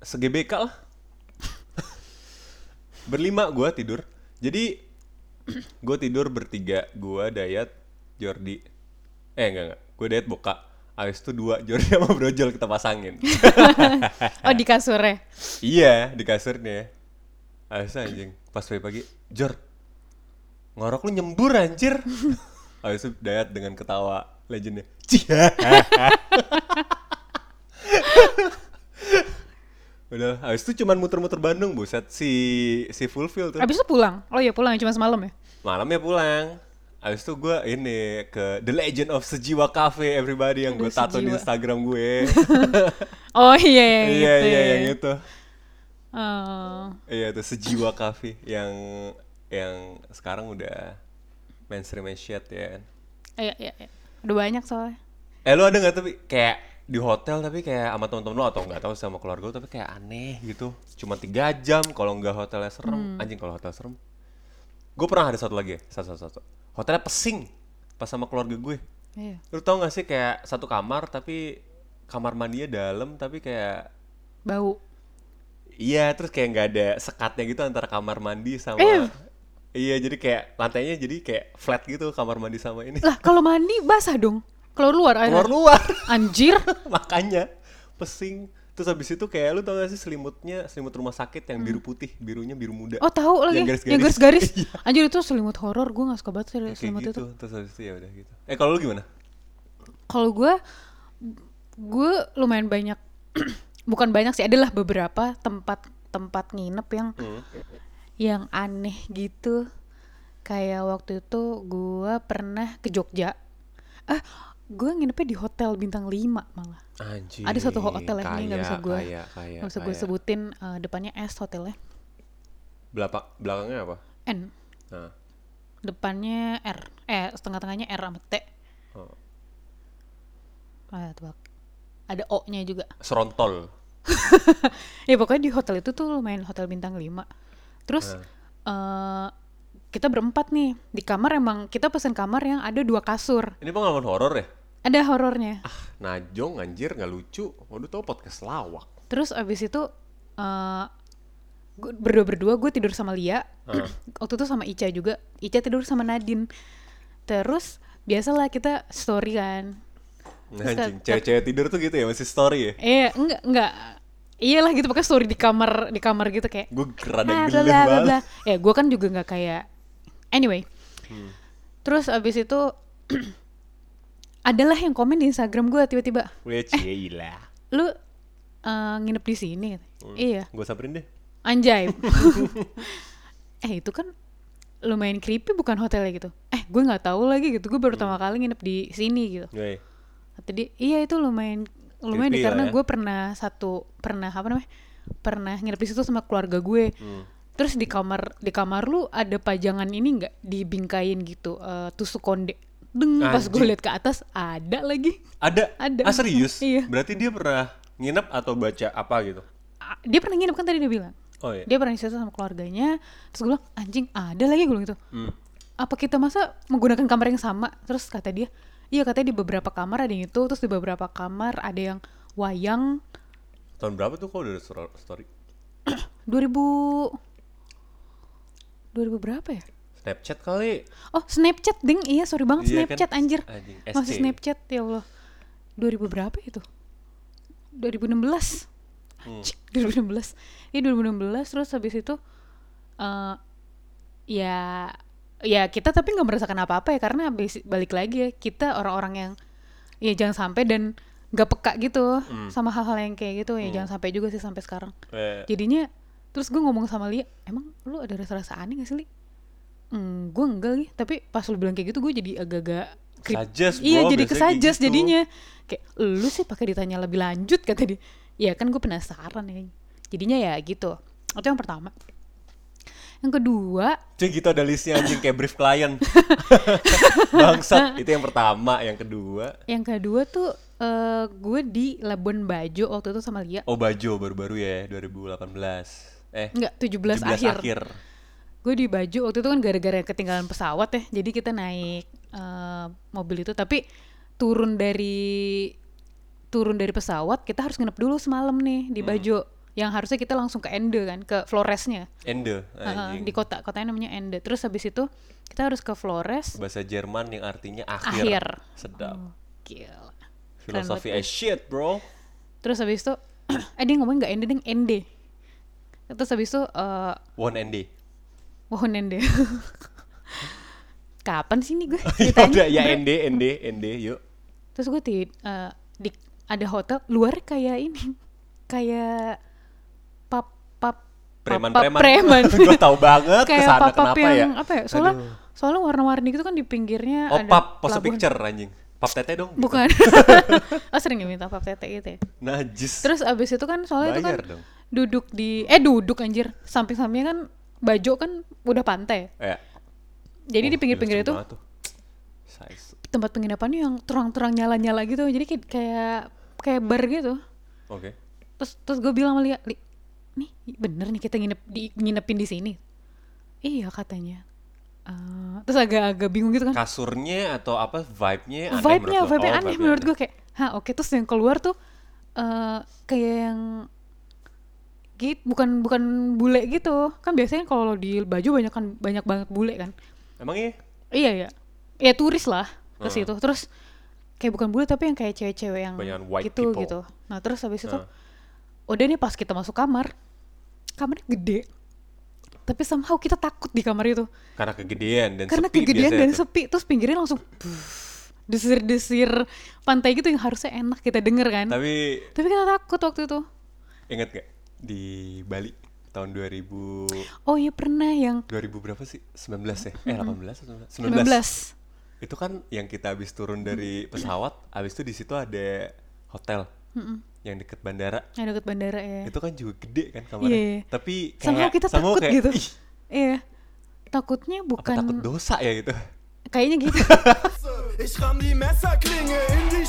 Speaker 1: segbk lah (laughs) berlima gua tidur jadi (clears throat) gue tidur bertiga gua Dayat Jordi eh enggak enggak gue Dayat Boka abis itu dua Jordi sama Brojol kita pasangin Eh,
Speaker 2: Oh di kasurnya.
Speaker 1: iya di kasurnya abis itu anjing pas pagi-pagi Jor ngorok lu nyembur
Speaker 2: (laughs)
Speaker 1: anjir abis itu Dayat dengan ketawa legendnya cia (laughs) udah abis itu cuman muter-muter Bandung buset si si fulfill tuh
Speaker 2: Abis itu pulang. Oh ya pulang cuma semalam ya.
Speaker 1: malamnya pulang Abis itu gue ini ke The Legend of Sejiwa Cafe everybody yang gue
Speaker 2: Aduh,
Speaker 1: tato di
Speaker 2: sejiwa.
Speaker 1: Instagram
Speaker 2: (laughs)
Speaker 1: gue.
Speaker 2: Oh iya yang
Speaker 1: Iya
Speaker 2: itu.
Speaker 1: iya
Speaker 2: ya.
Speaker 1: yang itu.
Speaker 2: Oh.
Speaker 1: Iya itu Sejiwa Cafe yang yang sekarang udah mainstream and shit ya kan.
Speaker 2: Iya iya. iya. Udah banyak soalnya.
Speaker 1: Eh lu ada nggak tapi kayak di hotel tapi kayak sama temen-temen lu atau nggak tahu sama keluarga lu tapi kayak aneh gitu. Cuma tiga jam kalau nggak hotelnya serem. Anjing kalau hotel serem. Gue pernah ada satu lagi, ya, satu satu satu. Hotelnya pesing pas sama keluarga gue.
Speaker 2: Iya.
Speaker 1: Lu tau gak sih kayak satu kamar tapi kamar mandinya dalam tapi kayak
Speaker 2: Bau.
Speaker 1: iya terus kayak nggak ada sekatnya gitu antara kamar mandi sama
Speaker 2: Eh.
Speaker 1: iya jadi kayak lantainya jadi kayak flat gitu kamar mandi sama
Speaker 2: (laughs)
Speaker 1: ini
Speaker 2: Lah kalau mandi basah dong. Keluar luar air.
Speaker 1: keluar luar (laughs)
Speaker 2: Anjir.
Speaker 1: makanya pesing terus habis itu kayak lu tau gak sih selimutnya selimut rumah sakit yang biru putih birunya biru muda
Speaker 2: Hmm. Oh tahu lagi.
Speaker 1: Yang garis-garis.
Speaker 2: Yang garis-garis.
Speaker 1: (laughs) Iya.
Speaker 2: Anjir itu selimut horor gue nggak suka banget sih
Speaker 1: Kayak
Speaker 2: selimut itu.
Speaker 1: gitu terus habis itu ya udah gitu eh kalau lu gimana
Speaker 2: Kalau gue, gue lumayan banyak. (clears throat) Bukan banyak sih, adalah beberapa tempat-tempat nginep yang
Speaker 1: Hmm.
Speaker 2: yang aneh gitu. Kayak waktu itu gue pernah ke Jogja. Ah, gue nginepnya di hotel bintang 5 malah.
Speaker 1: anjing
Speaker 2: Ada satu hotel yang ini nggak bisa gue
Speaker 1: kaya, kaya,
Speaker 2: nggak bisa gue
Speaker 1: kaya.
Speaker 2: sebutin eh, depannya S hotelnya.
Speaker 1: Belapa- belakangnya apa
Speaker 2: N,
Speaker 1: nah
Speaker 2: depannya R. Eh, setengah-tengahnya R sama T.
Speaker 1: oh.
Speaker 2: Ah, tebak. Ada O-nya juga.
Speaker 1: serontol
Speaker 2: ya pokoknya di hotel itu tuh lumayan hotel bintang 5 terus eh, kita berempat nih di kamar emang kita pesen kamar yang ada dua kasur
Speaker 1: ini pengalaman horor ya
Speaker 2: ada horornya
Speaker 1: Ah. Najong anjir nggak lucu. Waduh tau podcast lawak.
Speaker 2: terus abis itu eh berdua berdua gue tidur sama Lia
Speaker 1: Heeh.
Speaker 2: (clears throat) waktu itu sama Ica juga Ica tidur sama Nadine terus biasalah kita story kan Terus
Speaker 1: Nah, Anjing,
Speaker 2: kayak-
Speaker 1: cewek-cewek tidur tuh gitu ya masih story ya.
Speaker 2: eh enggak enggak iyalah gitu pakai story di kamar di kamar gitu kayak
Speaker 1: Gue rada
Speaker 2: ah, bla
Speaker 1: geli
Speaker 2: bla bla bla.
Speaker 1: banget.
Speaker 2: ya gue kan juga nggak kayak anyway
Speaker 1: Hmm.
Speaker 2: terus abis itu (clears throat) adalah yang komen di Instagram gue tiba-tiba
Speaker 1: Udah cila.
Speaker 2: lu eh, nginep di sini
Speaker 1: Oh,
Speaker 2: iya
Speaker 1: Gue samperin deh.
Speaker 2: anjay (laughs) eh itu kan lumayan creepy bukan hotelnya gitu eh gue nggak tahu lagi gitu gue
Speaker 1: Hmm.
Speaker 2: baru pertama kali nginep di sini gitu
Speaker 1: Woi.
Speaker 2: tadi iya itu lumayan lumayan
Speaker 1: Creepy
Speaker 2: deh, karena
Speaker 1: lah ya.
Speaker 2: gue pernah satu pernah apa namanya pernah nginep di situ sama keluarga gue
Speaker 1: Hmm.
Speaker 2: terus di kamar di kamar lu ada pajangan ini nggak dibingkain gitu eh, tusuk konde deng pas gue
Speaker 1: Anjing.
Speaker 2: liat ke atas ada lagi
Speaker 1: Ada?
Speaker 2: Ada.
Speaker 1: Ah serius?
Speaker 2: Iya.
Speaker 1: Berarti dia pernah nginep atau baca apa gitu?
Speaker 2: Ah, dia pernah nginep kan tadi dia bilang
Speaker 1: Oh iya.
Speaker 2: dia pernah di situ sama keluarganya terus gue bilang anjing ada lagi gue bilang gitu
Speaker 1: Hmm.
Speaker 2: apa kita masa menggunakan kamar yang sama terus kata dia iya katanya di beberapa kamar ada yang itu terus di beberapa kamar ada yang wayang
Speaker 1: Tahun berapa tuh kalau udah stor- story?
Speaker 2: 2000 2000 berapa ya?
Speaker 1: Snapchat kali.
Speaker 2: Oh, Snapchat ding. Iya, sorry banget
Speaker 1: Iya
Speaker 2: Snapchat
Speaker 1: kan?
Speaker 2: anjir.
Speaker 1: Anjing,
Speaker 2: Masih
Speaker 1: SC.
Speaker 2: Snapchat ya Allah. 2000 berapa itu? 2016.
Speaker 1: Hmm.
Speaker 2: Anjing, 2016. Iya 2016 terus habis itu eh ya ya kita tapi nggak merasakan apa-apa ya karena habis balik lagi ya kita orang-orang yang ya jangan sampai dan nggak peka gitu
Speaker 1: Hmm.
Speaker 2: sama hal-hal yang kayak gitu ya jangan sampai juga sih sampai sekarang
Speaker 1: Eh,
Speaker 2: jadinya terus gue ngomong sama Lia emang lu ada rasa-rasa aneh gak sih Li? Hmm, gue enggak Li tapi pas lu bilang kayak gitu gue jadi agak-agak creep.
Speaker 1: Suggest, bro,
Speaker 2: iya
Speaker 1: biasanya
Speaker 2: jadi
Speaker 1: kayak
Speaker 2: kesajas
Speaker 1: gitu.
Speaker 2: jadinya kayak lu sih pakai ditanya lebih lanjut kata dia ya kan gue penasaran ya jadinya ya gitu itu yang pertama yang kedua
Speaker 1: Cuy gitu ada listnya anjing kayak brief
Speaker 2: (laughs)
Speaker 1: klien Bangsat Itu yang pertama Yang kedua
Speaker 2: yang kedua tuh eh, gue di Labuan Bajo waktu itu sama Lia
Speaker 1: Oh Bajo baru-baru ya 2018 Eh
Speaker 2: enggak 17,
Speaker 1: 17
Speaker 2: akhir. gue di baju waktu itu kan gara-gara ketinggalan pesawat ya jadi kita naik eh, mobil itu tapi turun dari turun dari pesawat kita harus nginep dulu semalam nih
Speaker 1: Hmm.
Speaker 2: di Bajo yang harusnya kita langsung ke Ende kan ke Floresnya
Speaker 1: Ende
Speaker 2: Heeh,
Speaker 1: anjing
Speaker 2: di kota kotanya namanya Ende terus habis itu kita harus ke Flores
Speaker 1: Bahasa Jerman yang artinya akhir,
Speaker 2: Akhir.
Speaker 1: Sedap
Speaker 2: Gila. Keren
Speaker 1: Filosofi as
Speaker 2: banget.
Speaker 1: shit bro
Speaker 2: terus habis itu (clears throat) eh dia ngomong nggak Ende deng Ende terus habis itu eh,
Speaker 1: One
Speaker 2: (laughs)
Speaker 1: Ende
Speaker 2: mohon Ende (laughs) kapan sih nih gue
Speaker 1: Yaudah (laughs) ya Ende Ende Ende yuk
Speaker 2: terus gue di, eh, di ada hotel luar kayak ini (laughs) kayak pap pap
Speaker 1: Preman-preman (laughs)
Speaker 2: preman
Speaker 1: Gue tau banget
Speaker 2: kayak
Speaker 1: kesana
Speaker 2: pap
Speaker 1: kenapa
Speaker 2: yang
Speaker 1: ya
Speaker 2: apa ya soalnya soalnya warna-warni gitu kan di pinggirnya
Speaker 1: Oh
Speaker 2: ada
Speaker 1: pap Pose
Speaker 2: pelabuhan.
Speaker 1: picture anjing Pap tete dong gitu.
Speaker 2: bukan (laughs) oh sering ya minta pap tete gitu ya
Speaker 1: Najis
Speaker 2: terus abis itu kan soalnya itu kan
Speaker 1: Bayar dong.
Speaker 2: duduk di eh duduk anjir samping-sampingnya kan Bajo kan udah pantai
Speaker 1: Eh, oh,
Speaker 2: jadi di pinggir-pinggir
Speaker 1: gila, seru
Speaker 2: itu
Speaker 1: banget tuh. Size.
Speaker 2: tempat penginapannya yang terang-terang nyala-nyala gitu jadi kayak kayak kayak bar gitu
Speaker 1: Oke
Speaker 2: terus terus gue bilang sama Lia, "Li, nih bener nih kita nginep di nginepin di sini iya katanya Eh, terus agak-agak bingung gitu kan
Speaker 1: kasurnya atau apa vibe-nya aneh
Speaker 2: vibe-nya
Speaker 1: menurut lo?
Speaker 2: vibe-nya
Speaker 1: Oh,
Speaker 2: aneh
Speaker 1: vibe-nya
Speaker 2: menurut
Speaker 1: aneh.
Speaker 2: gue kayak hah oke terus yang keluar tuh eh kayak yang git bukan bukan bule gitu kan biasanya kalau di baju banyak kan banyak banget bule kan
Speaker 1: Emang iya?
Speaker 2: iya ya ya turis lah ke situ terus kayak bukan bule tapi yang kayak cewek-cewek yang
Speaker 1: Banyakan white
Speaker 2: gitu
Speaker 1: people.
Speaker 2: gitu nah terus habis itu
Speaker 1: Heeh.
Speaker 2: udah nih pas kita masuk kamar kamarnya gede tapi somehow kita takut di kamar itu
Speaker 1: Karena kegedean dan
Speaker 2: karena
Speaker 1: sepi
Speaker 2: kegedean
Speaker 1: biasanya
Speaker 2: dan
Speaker 1: tuh.
Speaker 2: sepi terus pinggirnya langsung buff, desir-desir pantai gitu yang harusnya enak kita denger kan tapi,
Speaker 1: Tapi
Speaker 2: kita takut waktu itu
Speaker 1: inget gak di Bali tahun 2000
Speaker 2: oh iya pernah yang
Speaker 1: 2000 berapa sih? 19 ya? Eh 18 atau
Speaker 2: 19
Speaker 1: 19. 19. Itu kan yang kita habis turun dari pesawat, habis itu di situ ada hotel. Yang deket bandara.
Speaker 2: yang deket bandara ya
Speaker 1: Itu kan juga gede kan kamarnya.
Speaker 2: Iya.
Speaker 1: Tapi kayak
Speaker 2: somehow kita
Speaker 1: somehow
Speaker 2: takut
Speaker 1: kayak,
Speaker 2: gitu
Speaker 1: "Ih,
Speaker 2: iya takutnya
Speaker 1: apa
Speaker 2: bukan
Speaker 1: takut dosa ya gitu.
Speaker 2: kayaknya
Speaker 1: (laughs)
Speaker 2: gitu
Speaker 4: Ich ramm die Messerklinge in die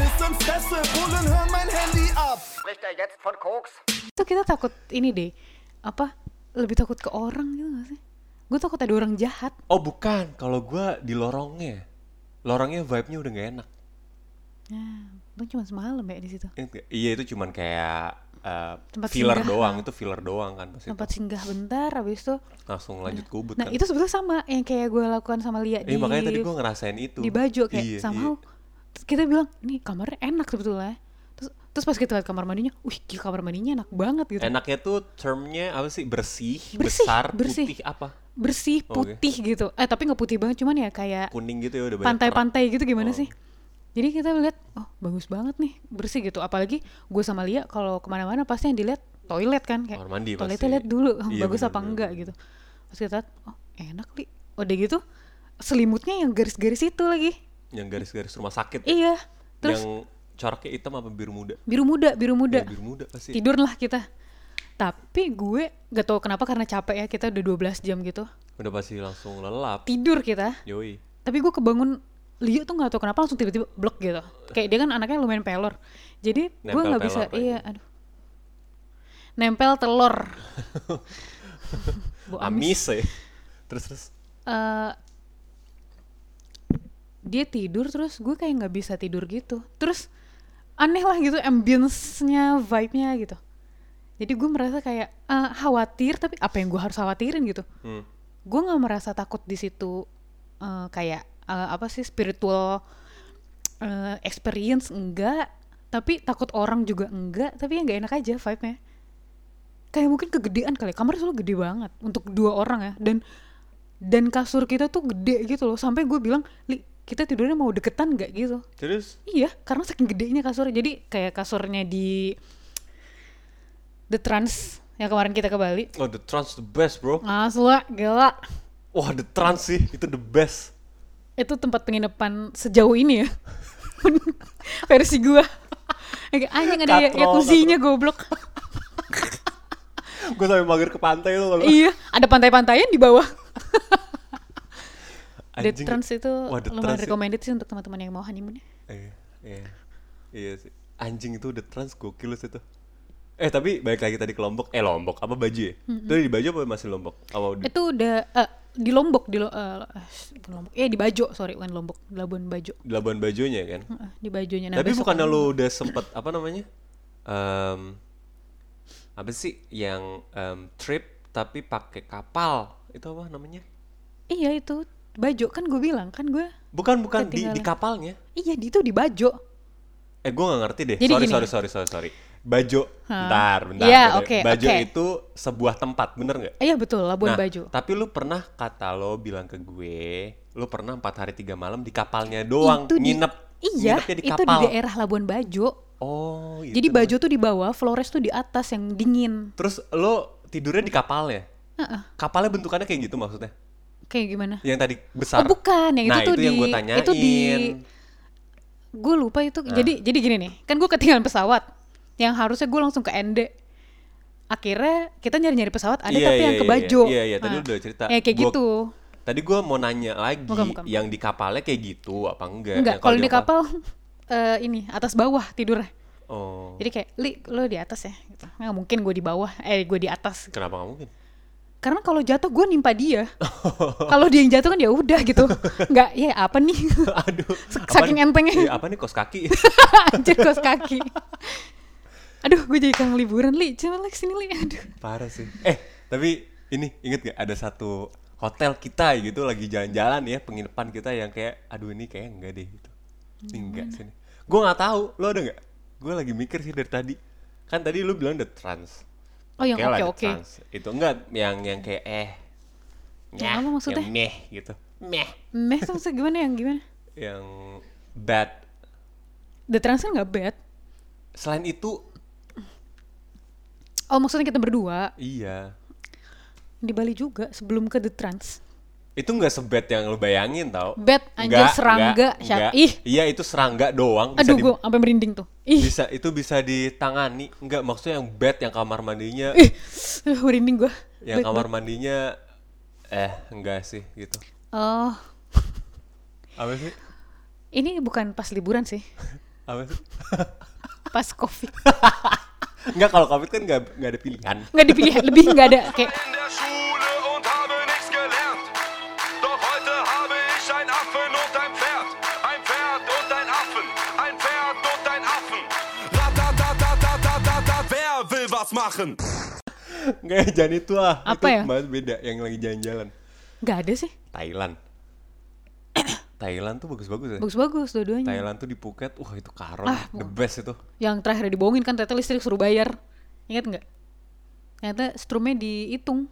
Speaker 4: Journalistenfresse. Bullen hören mein Handy ab.
Speaker 5: Spricht er jetzt von Koks?
Speaker 2: itu kita takut ini deh apa lebih takut ke orang gitu gak sih gue takut ada orang jahat
Speaker 1: Oh bukan, kalau gua di lorongnya. Lorongnya vibe-nya udah gak enak.
Speaker 2: nah itu cuma semalam ya di situ
Speaker 1: Ingat nggak? Iya itu cuman kayak eh,
Speaker 2: Tempat
Speaker 1: filler
Speaker 2: singgah,
Speaker 1: doang,
Speaker 2: ah.
Speaker 1: itu filler doang kan pas
Speaker 2: tempat
Speaker 1: itu.
Speaker 2: singgah bentar habis itu
Speaker 1: Langsung lanjut ke Ubud kan.
Speaker 2: nah itu sebetulnya sama yang kayak gue lakukan sama Lia
Speaker 1: Eh,
Speaker 2: di
Speaker 1: makanya tadi gua ngerasain itu.
Speaker 2: di baju kayak
Speaker 1: Iya,
Speaker 2: somehow terus kita bilang ini kamarnya enak sebetulnya terus Terus pas kita lihat kamar mandinya, wih gila kamar mandinya enak banget gitu.
Speaker 1: Enaknya tuh termnya apa sih? Bersih,
Speaker 2: Bersih,
Speaker 1: besar,
Speaker 2: bersih.
Speaker 1: putih apa?
Speaker 2: Bersih,
Speaker 1: Oh, oke.
Speaker 2: putih gitu. Eh tapi nggak putih banget, cuman ya kayak
Speaker 1: Kuning gitu ya udah banyak
Speaker 2: pantai-pantai gitu gimana
Speaker 1: Oh.
Speaker 2: sih? Jadi kita lihat, oh bagus banget nih, bersih gitu. Apalagi gue sama Lia kalau kemana-mana pasti yang dilihat toilet kan, kayak
Speaker 1: Kamar mandi
Speaker 2: toiletnya
Speaker 1: pasti.
Speaker 2: lihat dulu, oh,
Speaker 1: Iya,
Speaker 2: bagus
Speaker 1: bener,
Speaker 2: apa
Speaker 1: bener,
Speaker 2: enggak
Speaker 1: bener.
Speaker 2: gitu. Terus kita lihat, oh enak li, udah gitu selimutnya yang garis-garis itu lagi,
Speaker 1: terang. yang garis-garis rumah sakit. ya.
Speaker 2: iya. Terus
Speaker 1: yang coraknya hitam apa biru muda?
Speaker 2: biru muda, biru muda.
Speaker 1: Ya, biru muda pasti.
Speaker 2: tidur lah kita tapi gue gak tau kenapa karena capek ya kita udah 12 jam gitu
Speaker 1: Udah pasti langsung lelap.
Speaker 2: tidur kita
Speaker 1: Yoi.
Speaker 2: tapi gue kebangun Lia tuh gak tau kenapa langsung tiba-tiba blok gitu kayak dia kan anaknya lumayan pelor jadi gue
Speaker 1: Nempel
Speaker 2: nggak bisa
Speaker 1: pelor
Speaker 2: iya aduh nempel telur
Speaker 1: (laughs)
Speaker 2: Bu
Speaker 1: Amis ya. (laughs) Terus terus
Speaker 2: Eh, dia tidur terus gue kayak nggak bisa tidur gitu terus aneh lah gitu ambience-nya vibe-nya gitu jadi gue merasa kayak eh, khawatir tapi apa yang gue harus khawatirin gitu
Speaker 1: hmm.
Speaker 2: gue nggak merasa takut di situ eh, kayak eh, apa sih spiritual eh, experience enggak tapi takut orang juga enggak tapi yang nggak enak aja vibe-nya kayak mungkin kegedean kali kamarnya selalu gede banget untuk dua orang ya dan dan kasur kita tuh gede gitu loh sampai gue bilang li kita tidurnya mau deketan nggak gitu
Speaker 1: terus
Speaker 2: iya karena saking gedenya kasurnya jadi kayak kasurnya di the trans yang kemarin kita ke Bali
Speaker 1: oh the trans the best bro.
Speaker 2: asla gila
Speaker 1: Wah the trans sih itu the best. (laughs)
Speaker 2: itu tempat penginapan sejauh ini ya (laughs) versi gua (laughs) Kayak, anjing ada ya
Speaker 1: Katrol,
Speaker 2: jacuzzinya goblok
Speaker 1: Gue sampai mager ke pantai tuh kalau
Speaker 2: iya ada pantai-pantaian di bawah The
Speaker 1: Anjing.
Speaker 2: Trans itu
Speaker 1: Wah, The
Speaker 2: lumayan
Speaker 1: Trans ya. sih.
Speaker 2: recommended sih untuk teman-teman yang mau honeymoon ya.
Speaker 1: Iya, iya, iya sih. Anjing itu udah trans gokil sih itu. Eh tapi balik lagi tadi ke Lombok. Eh Lombok apa baju ya? Itu di baju apa masih Lombok? Apa udah?
Speaker 2: Itu udah eh, di Lombok di Lo- eh, eh, bukan Lombok. Eh di Bajo, sorry, bukan Lombok, di Labuan Bajo.
Speaker 1: Di Labuan Bajonya kan?
Speaker 2: Heeh, di Bajonya. Nah,
Speaker 1: tapi
Speaker 2: besok
Speaker 1: bukannya
Speaker 2: kan-
Speaker 1: lu udah sempet apa namanya? Em, apa sih yang em, trip tapi pakai kapal? Itu apa namanya?
Speaker 2: Iya itu Bajo kan gue bilang kan gue.
Speaker 1: Bukan bukan di, di
Speaker 2: Ketinggalan.
Speaker 1: kapalnya.
Speaker 2: Iya di itu di Bajo.
Speaker 1: Eh gue gak ngerti deh.
Speaker 2: Jadi
Speaker 1: sorry,
Speaker 2: gini.
Speaker 1: sorry sorry sorry sorry. Bajo,
Speaker 2: Hah.
Speaker 1: bentar, bentar.
Speaker 2: Iya,
Speaker 1: bentar.
Speaker 2: oke,
Speaker 1: Bajo
Speaker 2: oke.
Speaker 1: itu sebuah tempat, bener nggak? Nah,
Speaker 2: Eh, iya betul Labuan Bajo.
Speaker 1: Tapi lu pernah kata lo bilang ke gue, lu pernah empat hari tiga malam di kapalnya doang,
Speaker 2: Itu di-
Speaker 1: nginep.
Speaker 2: Iya,
Speaker 1: nginepnya di
Speaker 2: itu
Speaker 1: kapal.
Speaker 2: di daerah Labuan Bajo.
Speaker 1: Oh, gitu.
Speaker 2: Jadi baju tuh di bawah, Flores tuh di atas yang dingin.
Speaker 1: Terus lo tidurnya di kapalnya.
Speaker 2: Heeh.
Speaker 1: Kapalnya bentukannya kayak gitu maksudnya.
Speaker 2: Kayak gimana?
Speaker 1: Yang tadi besar.
Speaker 2: Oh bukan, yang
Speaker 1: nah,
Speaker 2: itu tuh
Speaker 1: yang
Speaker 2: di
Speaker 1: gue tanyain.
Speaker 2: itu di gue lupa itu.
Speaker 1: Ah.
Speaker 2: Jadi jadi gini nih, kan gue ketinggalan pesawat. Yang harusnya gue langsung ke Ende. Akhirnya kita nyari-nyari pesawat ada
Speaker 1: Iya,
Speaker 2: tapi
Speaker 1: iya,
Speaker 2: yang ke
Speaker 1: iya,
Speaker 2: Bajo.
Speaker 1: iya, iya, tadi udah cerita.
Speaker 2: Ya kayak
Speaker 1: Gua- Iya,
Speaker 2: gitu.
Speaker 1: Tadi gue mau nanya lagi,
Speaker 2: Bukan, bukan.
Speaker 1: yang di kapalnya kayak gitu apa enggak?
Speaker 2: Enggak,
Speaker 1: Yang
Speaker 2: kalau di kapal eh, ini atas bawah tidurnya.
Speaker 1: Oh,
Speaker 2: Jadi kayak li lo di atas ya. Gitu. Nggak mungkin gue di bawah, eh gue di atas.
Speaker 1: kenapa nggak
Speaker 2: (laughs)
Speaker 1: mungkin?
Speaker 2: Karena kalau jatuh gue nimpa dia.
Speaker 1: Oh.
Speaker 2: kalau dia yang jatuh kan ya udah gitu. Enggak, ya apa
Speaker 1: (laughs)
Speaker 2: nih?
Speaker 1: Aduh, apa
Speaker 2: saking
Speaker 1: nih-
Speaker 2: entengnya.
Speaker 1: iya, apa nih kos kaki? (laughs)
Speaker 2: Anjir kos kaki. Aduh, gue jadi kangen liburan, Li. Coba lah kesini, Li. Aduh.
Speaker 1: Parah sih. Eh, tapi ini inget gak ada satu hotel kita gitu lagi jalan-jalan ya penginapan kita yang kayak aduh ini kayak enggak deh gitu. Ini enggak sini. Gue nggak tahu, lo ada nggak? Gue lagi mikir sih dari tadi. Kan tadi lu bilang the trans.
Speaker 2: Oh, yang
Speaker 1: Oke lah,
Speaker 2: oke-oke.
Speaker 1: The Trans. Itu enggak yang yang kayak eh.
Speaker 2: Yang apa maksudnya?
Speaker 1: Yang meh gitu. Meh.
Speaker 2: Meh tuh maksudnya gimana yang gimana?
Speaker 1: Yang bad.
Speaker 2: The trans kan gak bad.
Speaker 1: Selain itu
Speaker 2: Oh, maksudnya kita berdua.
Speaker 1: iya.
Speaker 2: Di Bali juga, sebelum ke The Trans.
Speaker 1: Itu enggak sebad yang lu bayangin tau.
Speaker 2: Bad, anjir,
Speaker 1: Nggak,
Speaker 2: serangga,
Speaker 1: nggak,
Speaker 2: siapa-
Speaker 1: nggak.
Speaker 2: ih.
Speaker 1: Iya, itu serangga doang bisa
Speaker 2: Aduh,
Speaker 1: di-
Speaker 2: gue sampai merinding tuh. Ih,
Speaker 1: bisa itu bisa ditangani nggak maksudnya yang bed yang kamar mandinya
Speaker 2: ih. Aduh, merinding gue.
Speaker 1: yang Ya, kamar mandinya eh enggak sih gitu
Speaker 2: Oh,
Speaker 1: apa sih
Speaker 2: ini bukan pas liburan sih.
Speaker 1: apa sih
Speaker 2: Pas covid.
Speaker 1: enggak kalau covid kan nggak nggak ada pilihan (laughs)
Speaker 2: Nggak dipilih, lebih nggak ada. Kayak,
Speaker 3: in der Schule und habe nichts gelernt. Doch heute habe ich ein Affen und ein Pferd. Ein Pferd und ein Affen. Ein Pferd und ein Affen.
Speaker 4: Da, da, da, da, da, da, da, da, wer will was machen?
Speaker 1: nggak ya, jangan itu ah itu
Speaker 2: Apa ya?
Speaker 1: banget beda yang lagi jalan-jalan
Speaker 2: nggak ada sih.
Speaker 1: Thailand (coughs) Thailand tuh bagus-bagus ya.
Speaker 2: Bagus-bagus dua-duanya.
Speaker 1: Thailand tuh di Phuket, wah itu Karon,
Speaker 2: Ah,
Speaker 1: the
Speaker 2: Phuket.
Speaker 1: best itu.
Speaker 2: Yang terakhir dibohongin kan ternyata listrik suruh bayar. Ingat nggak? Ternyata strumnya dihitung.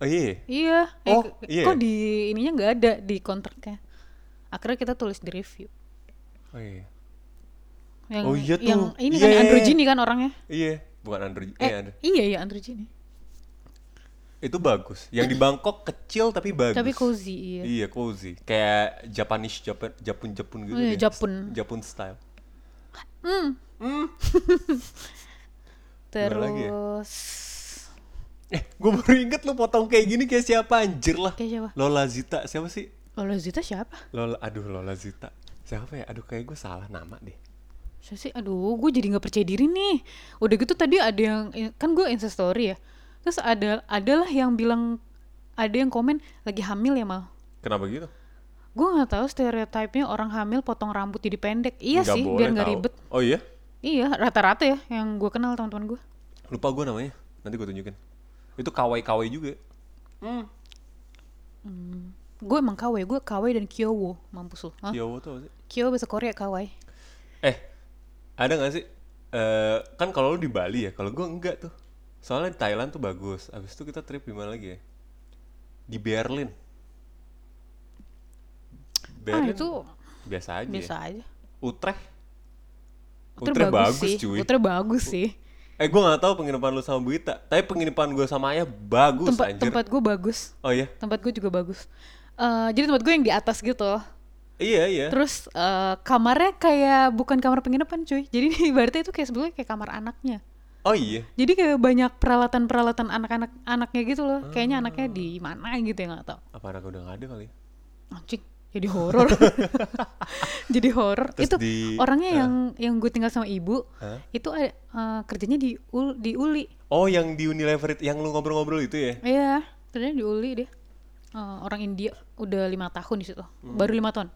Speaker 1: Oh iya,
Speaker 2: Iya.
Speaker 1: Oh,
Speaker 2: k-
Speaker 1: iya.
Speaker 2: Kok di ininya nggak ada di kontraknya? Akhirnya kita tulis di review.
Speaker 1: oh iya,
Speaker 2: Yang,
Speaker 1: Oh, iya
Speaker 2: Yang
Speaker 1: tuh.
Speaker 2: ini
Speaker 1: Iya.
Speaker 2: kan Andrew Gini kan orangnya.
Speaker 1: iya, bukan Android,
Speaker 2: Eh,
Speaker 1: eh, ada.
Speaker 2: iya iya Andrew Gini.
Speaker 1: itu bagus. Yang di Bangkok kecil tapi bagus.
Speaker 2: Tapi cozy iya.
Speaker 1: Iya, cozy. Kayak Japanese, Japan, Japun, Japun gitu.
Speaker 2: Oh iya,
Speaker 1: dia.
Speaker 2: Japun.
Speaker 1: Japun style. Gimana lagi ya?
Speaker 2: Terus
Speaker 1: Eh, gue baru inget lu potong kayak gini kayak siapa anjir lah.
Speaker 2: Kayak siapa?
Speaker 1: Lola Zita, siapa sih?
Speaker 2: Lola Zita siapa?
Speaker 1: Lola, aduh Lola Zita. Siapa ya? Aduh kayak gue salah nama deh.
Speaker 2: Siapa sih? Aduh, gue jadi nggak percaya diri nih. Udah gitu tadi ada yang kan gue Insta story ya. Terus ada adalah yang bilang ada yang komen lagi hamil ya mal.
Speaker 1: Kenapa gitu?
Speaker 2: Gue nggak tahu stereotipnya orang hamil potong rambut jadi pendek. Iya
Speaker 1: Nggak
Speaker 2: sih,
Speaker 1: boleh
Speaker 2: biar nggak
Speaker 1: tahu.
Speaker 2: ribet.
Speaker 1: Oh iya?
Speaker 2: Iya, rata-rata ya yang gue kenal teman-teman gue.
Speaker 1: Lupa gue namanya. Nanti gue tunjukin. Itu kawai-kawai juga.
Speaker 2: Gue emang kawai, gue kawai dan kyowo, mampus lu. Hah?
Speaker 1: Kyowo tuh apa sih?
Speaker 2: Kyowo bahasa Korea kawai.
Speaker 1: Eh, ada gak sih? Eh, kan kalau lu di Bali ya, kalau gue enggak tuh. Soalnya di Thailand tuh bagus. Abis itu kita trip di mana lagi ya? Di Berlin.
Speaker 2: Ah itu
Speaker 1: biasa aja.
Speaker 2: biasa
Speaker 1: ya.
Speaker 2: aja.
Speaker 1: Utrecht.
Speaker 2: Utre,
Speaker 1: Utrecht
Speaker 2: bagus,
Speaker 1: bagus,
Speaker 2: sih.
Speaker 1: cuy.
Speaker 2: Utre bagus sih.
Speaker 1: Eh gue gak tahu penginapan lu sama Bu Ita, tapi penginapan gue sama Ayah bagus
Speaker 2: Tempat
Speaker 1: anjir.
Speaker 2: tempat gue bagus.
Speaker 1: Oh iya.
Speaker 2: Tempat gue juga bagus. Eh, jadi tempat gue yang di atas gitu.
Speaker 1: Iya, iya.
Speaker 2: Terus eh, kamarnya kayak bukan kamar penginapan cuy. Jadi (laughs) ibaratnya itu kayak sebelumnya kayak kamar anaknya.
Speaker 1: Oh iya.
Speaker 2: Jadi kayak banyak peralatan-peralatan anak-anak anaknya gitu loh. Kayaknya anaknya di mana gitu ya nggak tahu.
Speaker 1: Apa anak udah gak ada kali? ya?
Speaker 2: Anjing, jadi horor. (laughs) jadi horor.
Speaker 1: Terus
Speaker 2: Itu
Speaker 1: di- eh.
Speaker 2: orangnya
Speaker 1: Hah?
Speaker 2: yang yang gue tinggal sama ibu.
Speaker 1: Hah?
Speaker 2: Itu ada, eh, kerjanya di Ul- di Uli.
Speaker 1: Oh, yang di Unilever itu- yang lu ngobrol-ngobrol itu ya?
Speaker 2: Iya, kerjanya di Uli dia. Eh, orang India udah lima tahun di situ.
Speaker 1: Hmm.
Speaker 2: Baru lima tahun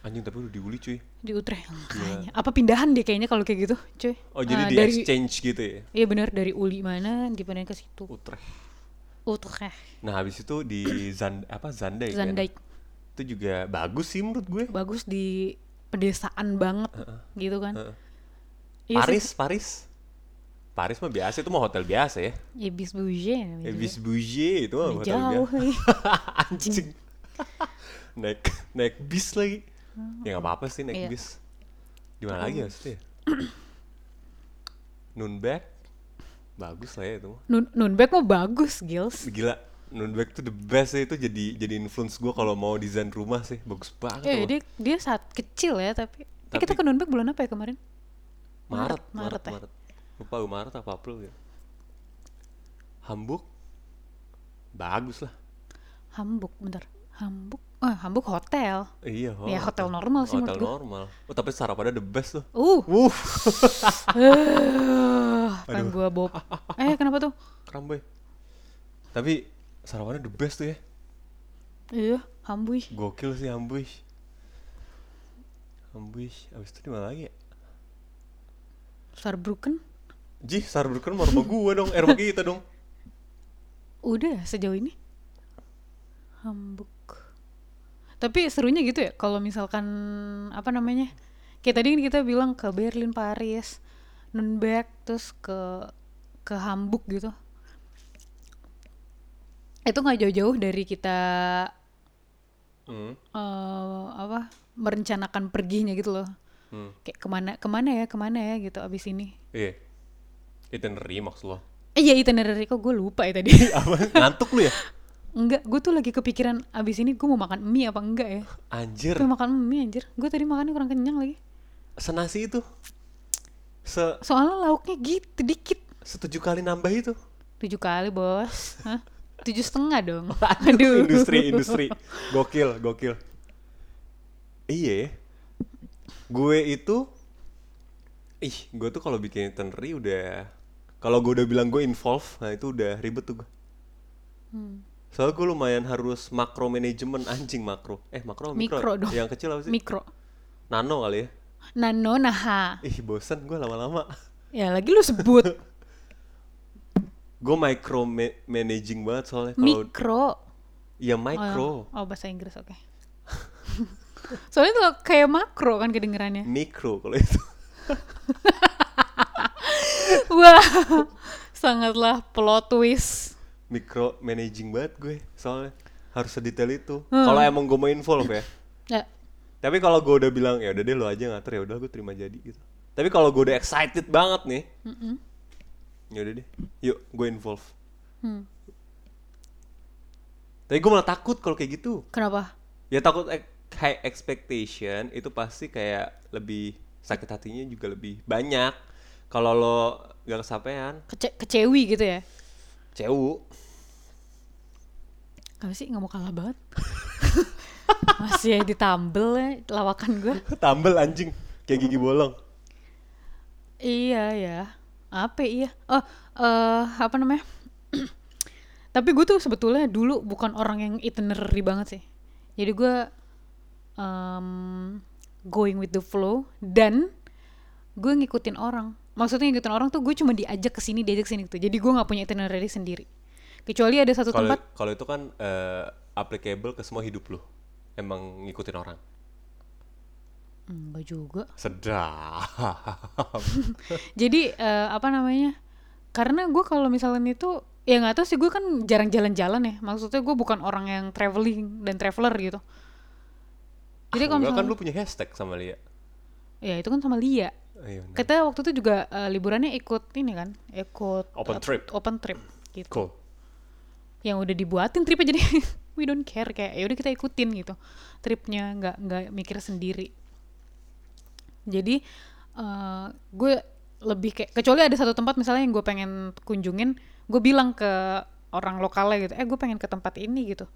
Speaker 1: Anjing, tapi udah diuli cuy.
Speaker 2: di Utrecht makanya. Apa pindahan dia kayaknya kalau kayak gitu, cuy.
Speaker 1: Iya. Oh, jadi
Speaker 2: Eh,
Speaker 1: di
Speaker 2: dari
Speaker 1: exchange gitu ya?
Speaker 2: Iya benar dari Uli mana dipindahin ke situ.
Speaker 1: Utrecht.
Speaker 2: Utrecht,
Speaker 1: Nah, habis itu di Zand apa Zandai kan?
Speaker 2: Zandijk.
Speaker 1: Itu juga bagus sih menurut gue.
Speaker 2: Bagus di pedesaan banget
Speaker 1: Eh,
Speaker 2: gitu kan.
Speaker 1: Heeh.
Speaker 2: Iya sih.
Speaker 1: Paris, Paris. Paris mah biasa, itu mah hotel biasa ya.
Speaker 2: Ya bis bouger namanya juga.
Speaker 1: Habis bougie itu mah
Speaker 2: Udah
Speaker 1: hotel
Speaker 2: jauh iya.
Speaker 1: biasa. (laughs)
Speaker 2: lagi.
Speaker 1: Anjing. naik naik bis lagi. Ya nggak apa-apa sih naik
Speaker 2: Iya.
Speaker 1: bis. Di mana lagi (clears throat) harusnya? Nunback. Bagus lah ya itu. mah.
Speaker 2: Nun Nunback mah bagus, Gils.
Speaker 1: Gila. Nunback tuh the best sih itu jadi jadi influence gue kalau mau desain rumah sih bagus banget. tuh.
Speaker 2: Eh dia dia saat kecil ya tapi, Eh,
Speaker 1: Tapi-
Speaker 2: kita ke Nunback bulan apa ya kemarin?
Speaker 1: Maret, Maret,
Speaker 2: Maret,
Speaker 1: Maret,
Speaker 2: ya?
Speaker 1: Lupa gue Maret apa April ya. Hamburg bagus lah.
Speaker 2: Hamburg, bentar. Hamburg. Ah, Hamburg hotel.
Speaker 1: Iya,
Speaker 2: Ya, hotel normal sih
Speaker 1: Hotel
Speaker 2: menurut gua.
Speaker 1: normal. Oh, tapi sarapannya the best tuh.
Speaker 2: Uh,
Speaker 1: Wuh,
Speaker 2: eh, kan gua bob. Eh, kenapa tuh?
Speaker 1: keren boy. Tapi sarapannya the best tuh ya.
Speaker 2: Iya, Hamburg.
Speaker 1: Gokil sih Ambush. Ambush. Abis itu di mana lagi ya?
Speaker 2: Saarbrücken.
Speaker 1: Jih, Saarbrücken mau rumah gua dong, eh rumah kita dong.
Speaker 2: Udah ya sejauh ini. Hamburg. Tapi serunya gitu ya kalau misalkan apa namanya? Kayak tadi kan kita bilang ke Berlin, Paris, Nuremberg, terus ke ke Hamburg gitu. Itu nggak jauh-jauh dari kita
Speaker 1: Hmm.
Speaker 2: eh, apa merencanakan perginya gitu loh.
Speaker 1: Hmm.
Speaker 2: Kayak kemana kemana ya kemana ya gitu abis ini.
Speaker 1: Iya. Itinerary maksud lo.
Speaker 2: Eh iya itinerary kok gue lupa ya tadi. (laughs)
Speaker 1: Apa? (laughs) Ngantuk lu ya?
Speaker 2: Enggak, gue tuh lagi kepikiran abis ini gue mau makan mie apa enggak ya.
Speaker 1: Anjir.
Speaker 2: Gue makan mie anjir. Gue tadi makannya kurang kenyang lagi.
Speaker 1: Senasi itu. Se
Speaker 2: Soalnya lauknya gitu dikit.
Speaker 1: setujuh kali nambah itu.
Speaker 2: Tujuh kali bos. Hah? Tujuh setengah
Speaker 1: (laughs)
Speaker 2: dong.
Speaker 1: Industri, industri. Gokil, gokil. Iya ya. Gue itu ih, gue tuh kalau bikin itinerary udah kalau gue udah bilang gue involve, nah itu udah ribet tuh gue. Soalnya gue lumayan harus makro manajemen anjing makro. Eh, makro apa mikro.
Speaker 2: Mikro
Speaker 1: ya?
Speaker 2: dong.
Speaker 1: Yang kecil apa sih?
Speaker 2: Mikro.
Speaker 1: Nano kali ya.
Speaker 2: Nano naha.
Speaker 1: Ih, bosen gue lama-lama.
Speaker 2: Ya lagi lu
Speaker 1: (laughs)
Speaker 2: sebut.
Speaker 1: Gue micro ma- managing banget soalnya kalau
Speaker 2: Mikro.
Speaker 1: ya
Speaker 2: Oh,
Speaker 1: micro.
Speaker 2: Oh, bahasa Inggris oke. (laughs) Soalnya tuh kayak makro kan kedengerannya.
Speaker 1: Mikro kalau itu. (laughs)
Speaker 2: Wah, (laughs) sangatlah plot twist.
Speaker 1: Mikro managing banget gue. Soalnya harus sedetail itu. Kalau emang gue mau involve ya.
Speaker 2: Ya,
Speaker 1: Tapi kalau gue udah bilang ya udah deh lo aja ngatur ya udah gue terima jadi gitu. Tapi kalau gue udah excited banget nih, ya udah deh, yuk gue involve. Tapi gue malah takut kalau kayak gitu.
Speaker 2: kenapa?
Speaker 1: Ya takut ek- high expectation itu pasti kayak lebih sakit hatinya juga lebih banyak. Kalau lo gak kesampaian,
Speaker 2: Kece kecewi gitu ya?
Speaker 1: cewu.
Speaker 2: Kenapa sih nggak mau kalah banget? (laughs) Masih ya ditambel ya lawakan gue.
Speaker 1: (laughs) Tambel anjing, kayak gigi bolong.
Speaker 2: Iya ya. Apa iya? Oh, eh apa namanya? (clears throat) Tapi gue tuh sebetulnya dulu bukan orang yang itinerary banget sih. Jadi gue em, going with the flow dan gue ngikutin orang. Maksudnya ngikutin orang tuh gue cuma diajak ke sini, diajak ke sini gitu. Jadi gue nggak punya itinerary sendiri. Kecuali ada satu
Speaker 1: Kalau
Speaker 2: tempat.
Speaker 1: kalau itu kan eh, applicable ke semua hidup lo. Emang ngikutin orang.
Speaker 2: Enggak juga.
Speaker 1: Sedap.
Speaker 2: Jadi eh, apa namanya? Karena gue kalau misalnya itu ya nggak tahu sih gue kan jarang jalan-jalan ya. Maksudnya gue bukan orang yang traveling dan traveler gitu. Jadi kalau
Speaker 1: Enggak
Speaker 2: misalnya
Speaker 1: kan lu punya hashtag sama Lia.
Speaker 2: ya itu kan sama Lia.
Speaker 1: Ayo, nah.
Speaker 2: Kita waktu itu juga eh, liburannya ikut ini kan, ikut
Speaker 1: Open
Speaker 2: eh,
Speaker 1: trip.
Speaker 2: Open trip gitu.
Speaker 1: Cool.
Speaker 2: Yang udah dibuatin tripnya jadi (laughs) we don't care kayak ya udah kita ikutin gitu. Tripnya nggak nggak mikir sendiri. jadi eh, gue lebih kayak kecuali ada satu tempat misalnya yang gue pengen kunjungin gue bilang ke orang lokalnya gitu eh gue pengen ke tempat ini gitu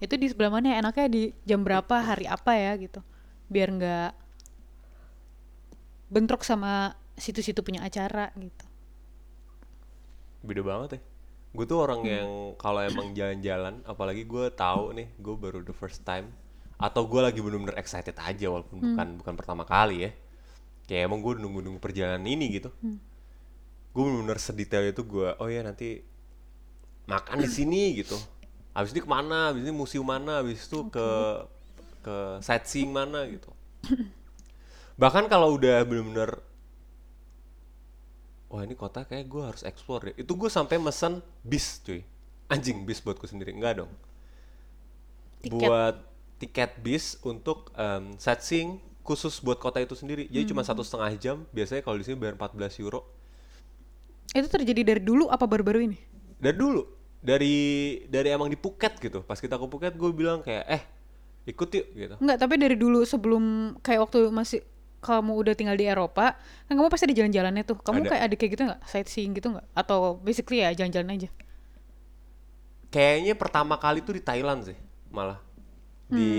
Speaker 2: itu di sebelah mana ya? enaknya di jam berapa hari apa ya gitu biar nggak bentrok sama situ-situ punya acara gitu
Speaker 1: Beda banget ya. Gue tuh orang yang kalau emang jalan-jalan, apalagi gue tahu nih, gue baru the first time atau gue lagi bener-bener excited aja walaupun bukan bukan pertama kali ya. Kayak emang gue nunggu-nunggu perjalanan ini gitu. Gue bener-bener sedetail itu gue, oh ya nanti makan di sini gitu. Habis ini kemana, habis ini museum mana, habis itu ke ke sightseeing mana gitu. Bahkan kalau udah bener-bener wah ini kota kayak gue harus explore deh. Itu gue sampai mesen bis cuy. Anjing bis buat gue sendiri. Enggak dong.
Speaker 2: Tiket.
Speaker 1: Buat tiket bis untuk em, sightseeing khusus buat kota itu sendiri. Jadi cuma satu setengah jam. Biasanya kalau di sini bayar 14 euro.
Speaker 2: itu terjadi dari dulu apa baru-baru ini
Speaker 1: dari dulu dari dari emang di Phuket gitu pas kita ke Phuket gue bilang kayak eh ikut yuk gitu
Speaker 2: Enggak, tapi dari dulu sebelum kayak waktu masih kamu udah tinggal di Eropa, kan kamu pasti ada jalan-jalannya tuh. Kamu
Speaker 1: Ada.
Speaker 2: kayak ada kayak gitu nggak? Sightseeing gitu nggak? Atau basically ya jalan-jalan aja.
Speaker 1: kayaknya pertama kali tuh di Thailand sih malah di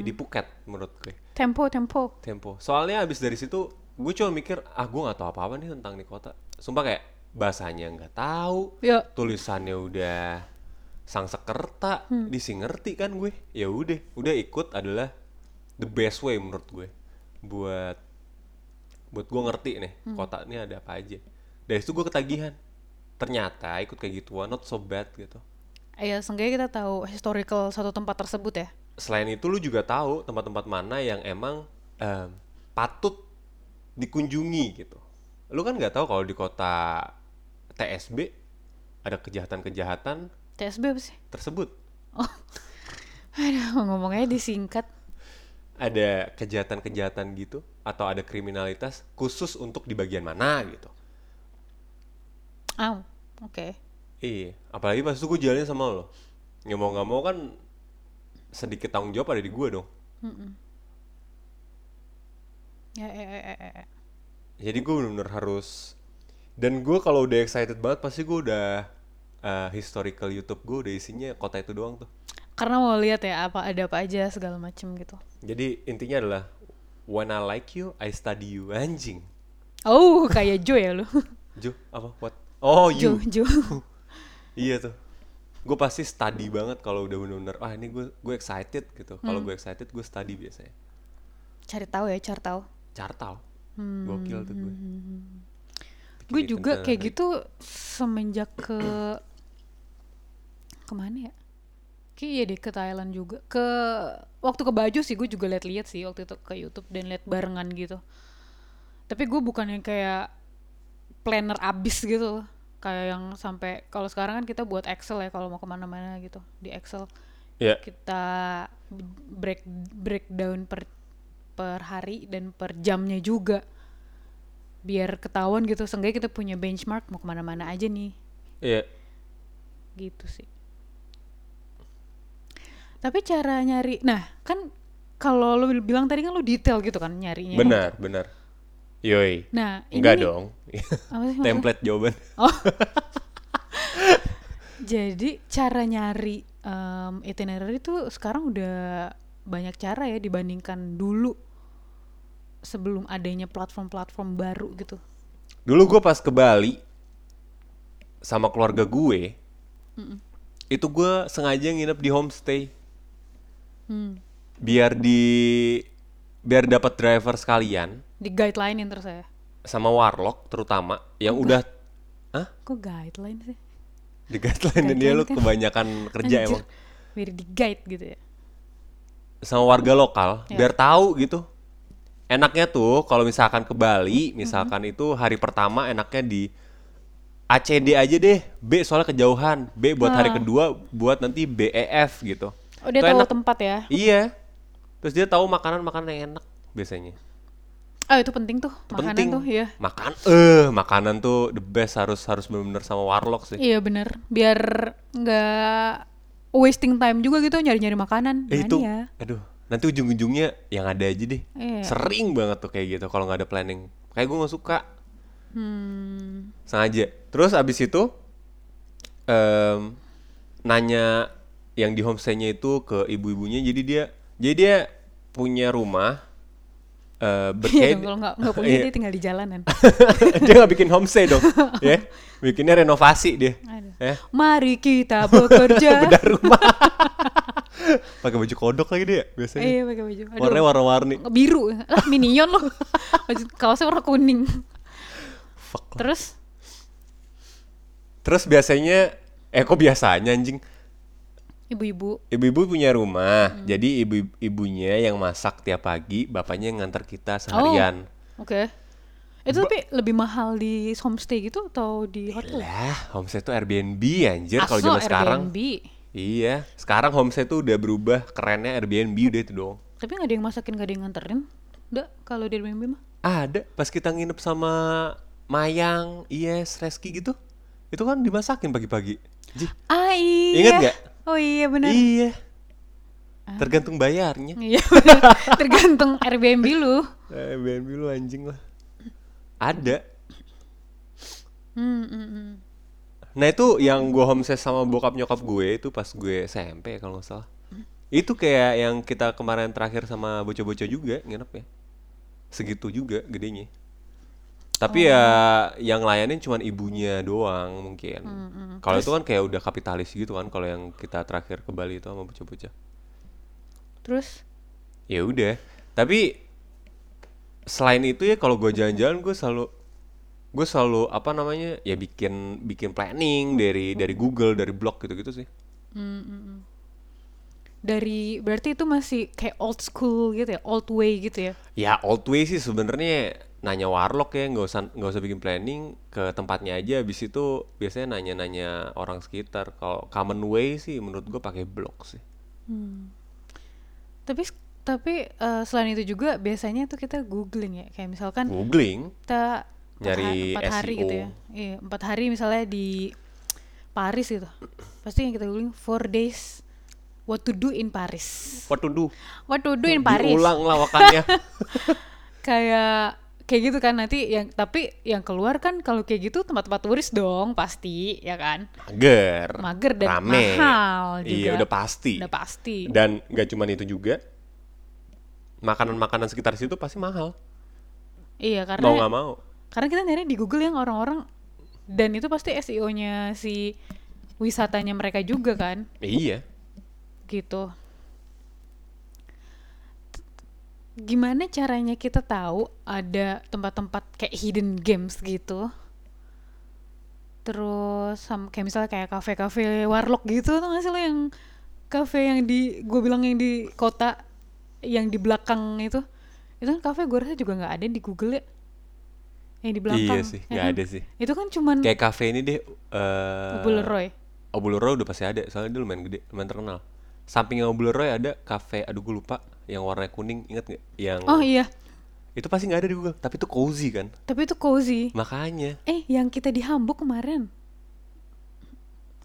Speaker 1: di Phuket menurut gue
Speaker 2: Tempo, tempo.
Speaker 1: tempo soalnya abis dari situ gue cuma mikir ah gue nggak tahu apa apa nih tentang nih kota sumpah kayak bahasanya nggak tahu
Speaker 2: Ya.
Speaker 1: tulisannya udah sang sekerta disi ngerti kan gue ya udah udah ikut adalah the best way menurut gue buat buat gue ngerti nih kota ini ada apa aja dari situ gue ketagihan ternyata ikut kayak gituan not so bad gitu
Speaker 2: Ya, seenggaknya kita tahu historical satu tempat tersebut ya.
Speaker 1: selain itu lu juga tahu tempat-tempat mana yang emang em, patut dikunjungi gitu. Lu kan nggak tahu kalau di kota TSB ada kejahatan-kejahatan
Speaker 2: TSB apa sih?
Speaker 1: tersebut.
Speaker 2: (laughs) Aduh, ngomongnya disingkat.
Speaker 1: Ada kejahatan-kejahatan gitu atau ada kriminalitas khusus untuk di bagian mana gitu.
Speaker 2: Aw, oke.
Speaker 1: Iya, apalagi pas itu gue jalannya sama lo. Ya mau nggak mau kan sedikit tanggung jawab ada di gue dong.
Speaker 2: Ya, ya, ya, ya, ya.
Speaker 1: jadi gue bener-bener harus dan gue kalau udah excited banget pasti gue udah eh, historical YouTube gue udah isinya kota itu doang tuh
Speaker 2: Karena mau lihat ya apa ada apa aja segala macem gitu.
Speaker 1: jadi intinya adalah when I like you I study you anjing
Speaker 2: Oh, kayak Jo ya lu.
Speaker 1: Jo apa what oh
Speaker 2: Jo,
Speaker 1: you
Speaker 2: (laughs) Jo.
Speaker 1: iya tuh gue pasti study banget kalau udah bener-bener ah ini gue gue excited gitu
Speaker 2: Hmm.
Speaker 1: kalau gue excited gue study biasanya
Speaker 2: Cari tahu ya, cari tahu.
Speaker 1: cartal gokil tuh gue
Speaker 2: gue
Speaker 1: Bikin
Speaker 2: Hmm. juga
Speaker 1: itinerary.
Speaker 2: kayak gitu semenjak ke kemana ya Kayaknya iya deh ke Thailand juga. Ke waktu ke baju sih gue juga liat-liat sih waktu itu ke YouTube dan liat barengan gitu. Tapi gue bukan yang kayak planner abis gitu loh. Kayak yang sampai kalau sekarang kan kita buat Excel ya kalau mau kemana-mana gitu di Excel
Speaker 1: Iya.
Speaker 2: kita break breakdown per per hari dan per jamnya juga biar ketahuan gitu seenggaknya kita punya benchmark mau kemana-mana aja nih
Speaker 1: Iya.
Speaker 2: gitu sih tapi cara nyari nah kan kalau lo bilang tadi kan lo detail gitu kan nyarinya
Speaker 1: Benar, benar. Yoi.
Speaker 2: nah ini
Speaker 1: Enggak
Speaker 2: nih-
Speaker 1: dong.
Speaker 2: (laughs) apa sih maksudnya?
Speaker 1: (laughs) Template jawaban.
Speaker 2: Jadi cara nyari em, itinerary itu sekarang udah banyak cara ya dibandingkan dulu sebelum adanya platform-platform baru gitu.
Speaker 1: Dulu gue pas ke Bali sama keluarga gue, itu gue sengaja nginep di homestay Hmm. biar di biar dapat driver sekalian
Speaker 2: Di guideline terus ya. saya.
Speaker 1: sama warlock terutama yang udah Hah?
Speaker 2: Kok guideline sih?
Speaker 1: di guideline dia lu
Speaker 2: Guideline kan.
Speaker 1: kebanyakan kerja
Speaker 2: Anjir,
Speaker 1: emang
Speaker 2: biar di guide gitu ya.
Speaker 1: sama warga lokal
Speaker 2: Iya.
Speaker 1: biar tahu gitu. Enaknya tuh kalau misalkan ke Bali, misalkan itu hari pertama enaknya di ACD aja deh, B soalnya kejauhan, B buat hari kedua, buat nanti BEF gitu.
Speaker 2: Ah. Oh dia
Speaker 1: Itu
Speaker 2: tahu
Speaker 1: enak.
Speaker 2: tempat ya.
Speaker 1: Iya. Terus dia tahu makanan-makanan yang enak biasanya.
Speaker 2: Oh itu penting tuh makanan
Speaker 1: Penting.
Speaker 2: tuh ya.
Speaker 1: Makan eh makanan tuh the best harus harus benar-benar sama warlock sih.
Speaker 2: Iya bener. Biar nggak wasting time juga gitu nyari-nyari makanan.
Speaker 1: Eh,
Speaker 2: Nah,
Speaker 1: itu,
Speaker 2: ini ya.
Speaker 1: aduh, nanti ujung-ujungnya yang ada aja deh.
Speaker 2: Iya.
Speaker 1: Sering banget tuh kayak gitu kalau nggak ada planning. Kayak gue nggak suka.
Speaker 2: Hmm.
Speaker 1: Sengaja. Terus abis itu em, nanya yang di homestay-nya itu ke ibu-ibunya. Jadi dia, jadi dia punya rumah. eh
Speaker 2: Iya
Speaker 1: berkait
Speaker 2: dong, kalau nggak nggak punya
Speaker 1: Iya.
Speaker 2: dia tinggal di jalanan.
Speaker 1: (laughs) dia nggak bikin homestay
Speaker 2: (laughs)
Speaker 1: dong, ya? Bikinnya renovasi dia.
Speaker 2: Aduh.
Speaker 1: Ya. (laughs)
Speaker 2: Mari kita bekerja.
Speaker 1: Bedah rumah. Pakai baju kodok lagi dia biasanya.
Speaker 2: Eh, Iya pakai baju. Aduh.
Speaker 1: gitu ya. Warnanya warna-warni.
Speaker 2: biru. Lah minion
Speaker 1: (laughs)
Speaker 2: loh. Baju kaosnya warna kuning.
Speaker 1: Fuck lah.
Speaker 2: Terus
Speaker 1: Terus biasanya eh kok biasanya anjing
Speaker 2: ibu-ibu
Speaker 1: ibu-ibu punya rumah.
Speaker 2: Hmm.
Speaker 1: Jadi ibu-ibunya yang masak tiap pagi, bapaknya yang nganter kita seharian.
Speaker 2: Oh, Oke. Itu tapi lebih mahal di homestay gitu atau di hotel?
Speaker 1: Lah, homestay itu Airbnb anjir Iya, kalau
Speaker 2: Aso,
Speaker 1: zaman sekarang.
Speaker 2: Airbnb.
Speaker 1: Iya, sekarang homestay tuh udah berubah, kerennya Airbnb udah itu dong.
Speaker 2: Tapi nggak ada yang masakin, nggak ada yang nganterin. Udah kalau di Airbnb mah.
Speaker 1: Ada pas kita nginep sama Mayang, Yes, Reski gitu. Itu kan dimasakin pagi-pagi. Ji,
Speaker 2: Ah iya.
Speaker 1: Ingat nggak?
Speaker 2: Oh iya benar.
Speaker 1: Iya. Tergantung bayarnya.
Speaker 2: Ah.
Speaker 1: (laughs)
Speaker 2: Iya benar. Tergantung Airbnb lu.
Speaker 1: Airbnb lu anjing lah. Ada.
Speaker 2: Hmm, hmm, hmm.
Speaker 1: Nah itu yang gue homestay sama bokap nyokap gue itu pas gue SMP ya kalau nggak salah. Itu kayak yang kita kemarin terakhir sama bocah-bocah juga nginep ya. Segitu juga gedenya. Tapi ya yang layanin cuman ibunya doang mungkin. Kalau itu kan kayak udah kapitalis gitu kan kalau yang kita terakhir ke Bali itu sama bocah-bocah.
Speaker 2: Terus
Speaker 1: Ya udah. Tapi selain itu ya kalau gue jalan-jalan gue selalu gue selalu apa namanya ya bikin bikin planning dari dari Google dari blog gitu-gitu sih.
Speaker 2: dari berarti itu masih kayak old school gitu ya, old way gitu ya.
Speaker 1: Ya old way sih sebenarnya nanya warlock ya nggak usah nggak usah bikin planning ke tempatnya aja habis itu biasanya nanya-nanya orang sekitar kalau common way sih menurut gue pakai blog sih
Speaker 2: Tapi tapi eh, selain itu juga biasanya tuh kita googling ya. Kayak misalkan
Speaker 1: googling
Speaker 2: kita empat
Speaker 1: Nyari E
Speaker 2: ha- empat hari gitu
Speaker 1: SEO.
Speaker 2: ya. Iya, empat hari misalnya di Paris gitu. Pasti yang kita googling four days what to do in Paris.
Speaker 1: what to do
Speaker 2: What to do in Paris.
Speaker 1: diulang
Speaker 2: (laughs)
Speaker 1: lawakannya
Speaker 2: Kayak kayak gitu kan nanti yang tapi yang keluar kan kalau kayak gitu tempat-tempat turis dong pasti ya kan.
Speaker 1: mager
Speaker 2: Mager dan
Speaker 1: rame
Speaker 2: mahal
Speaker 1: iya
Speaker 2: juga.
Speaker 1: udah pasti
Speaker 2: Udah pasti.
Speaker 1: Dan gak cuman itu juga, makanan-makanan sekitar situ pasti mahal.
Speaker 2: iya karena
Speaker 1: Mau nggak mau.
Speaker 2: Karena kita nyari di Google yang orang-orang dan itu pasti SEO-nya si wisatanya mereka juga kan,
Speaker 1: Iya.
Speaker 2: gitu. T- Gimana caranya kita tahu ada tempat-tempat kayak hidden games gitu? Terus sam- kayak misalnya kayak kafe-kafe warlock gitu tuh nggak sih lo yang kafe yang di gue bilang yang di kota yang di belakang itu itu kan kafe gue rasa juga nggak ada di Google ya yang di belakang
Speaker 1: Iya sih,
Speaker 2: ya
Speaker 1: nggak
Speaker 2: kan?
Speaker 1: ada sih.
Speaker 2: itu kan cuman
Speaker 1: Kayak kafe ini deh. eh
Speaker 2: Buleroy
Speaker 1: Obulero udah pasti ada, soalnya dia lumayan gede, lumayan terkenal. Sampingnya Obulero ada cafe, aduh gue lupa, yang warna kuning, inget gak? Yang
Speaker 2: oh iya
Speaker 1: itu pasti nggak ada di Google, tapi itu cozy kan,
Speaker 2: tapi itu cozy
Speaker 1: makanya.
Speaker 2: eh yang kita di Hamburg kemarin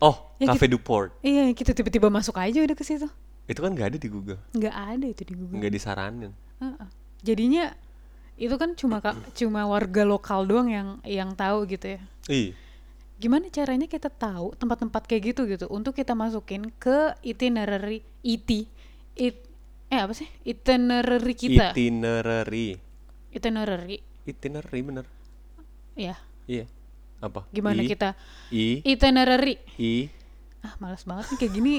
Speaker 1: Oh,
Speaker 2: Ya,
Speaker 1: Cafe Duport,
Speaker 2: iya yang kita tiba-tiba masuk aja udah ke situ
Speaker 1: itu kan nggak ada di Google,
Speaker 2: nggak ada itu di Google
Speaker 1: nggak disaranin.
Speaker 2: Heeh. jadinya itu kan cuma
Speaker 1: (clears throat)
Speaker 2: ka- cuma warga lokal doang yang yang tahu gitu ya
Speaker 1: Ih,
Speaker 2: gimana caranya kita tahu tempat-tempat kayak gitu gitu untuk kita masukin ke itinerary IT it- eh apa sih itinerary kita
Speaker 1: itinerary,
Speaker 2: itinerary
Speaker 1: itinerary bener,
Speaker 2: ya
Speaker 1: iya. Apa? I,
Speaker 2: gimana kita
Speaker 1: I,
Speaker 2: itinerary
Speaker 1: I,
Speaker 2: ah malas banget nih kayak gini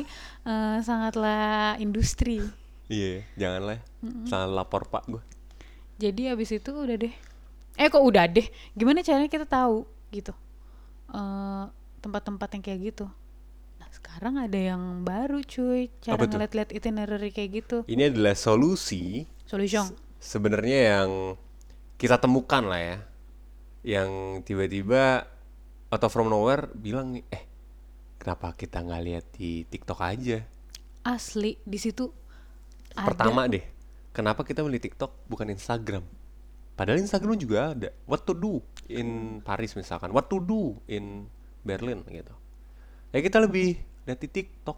Speaker 2: eh, sangatlah industri
Speaker 1: iya, janganlah, jangan lapor pak gue.
Speaker 2: jadi abis itu udah deh eh kok udah deh gimana caranya kita tahu gitu Eh, tempat-tempat yang kayak gitu nah sekarang ada yang baru cuy cara
Speaker 1: Apa tuh?
Speaker 2: ngeliat-liat itinerary kayak gitu
Speaker 1: Ini adalah solusi
Speaker 2: solution
Speaker 1: sebenarnya yang kita temukan lah ya yang tiba-tiba out of from nowhere bilang nih eh kenapa kita nggak lihat di TikTok aja
Speaker 2: asli di situ ada.
Speaker 1: pertama deh kenapa kita beli TikTok bukan Instagram padahal Instagram juga ada what to do in Paris misalkan what to do in Berlin gitu ya kita lebih lihat di TikTok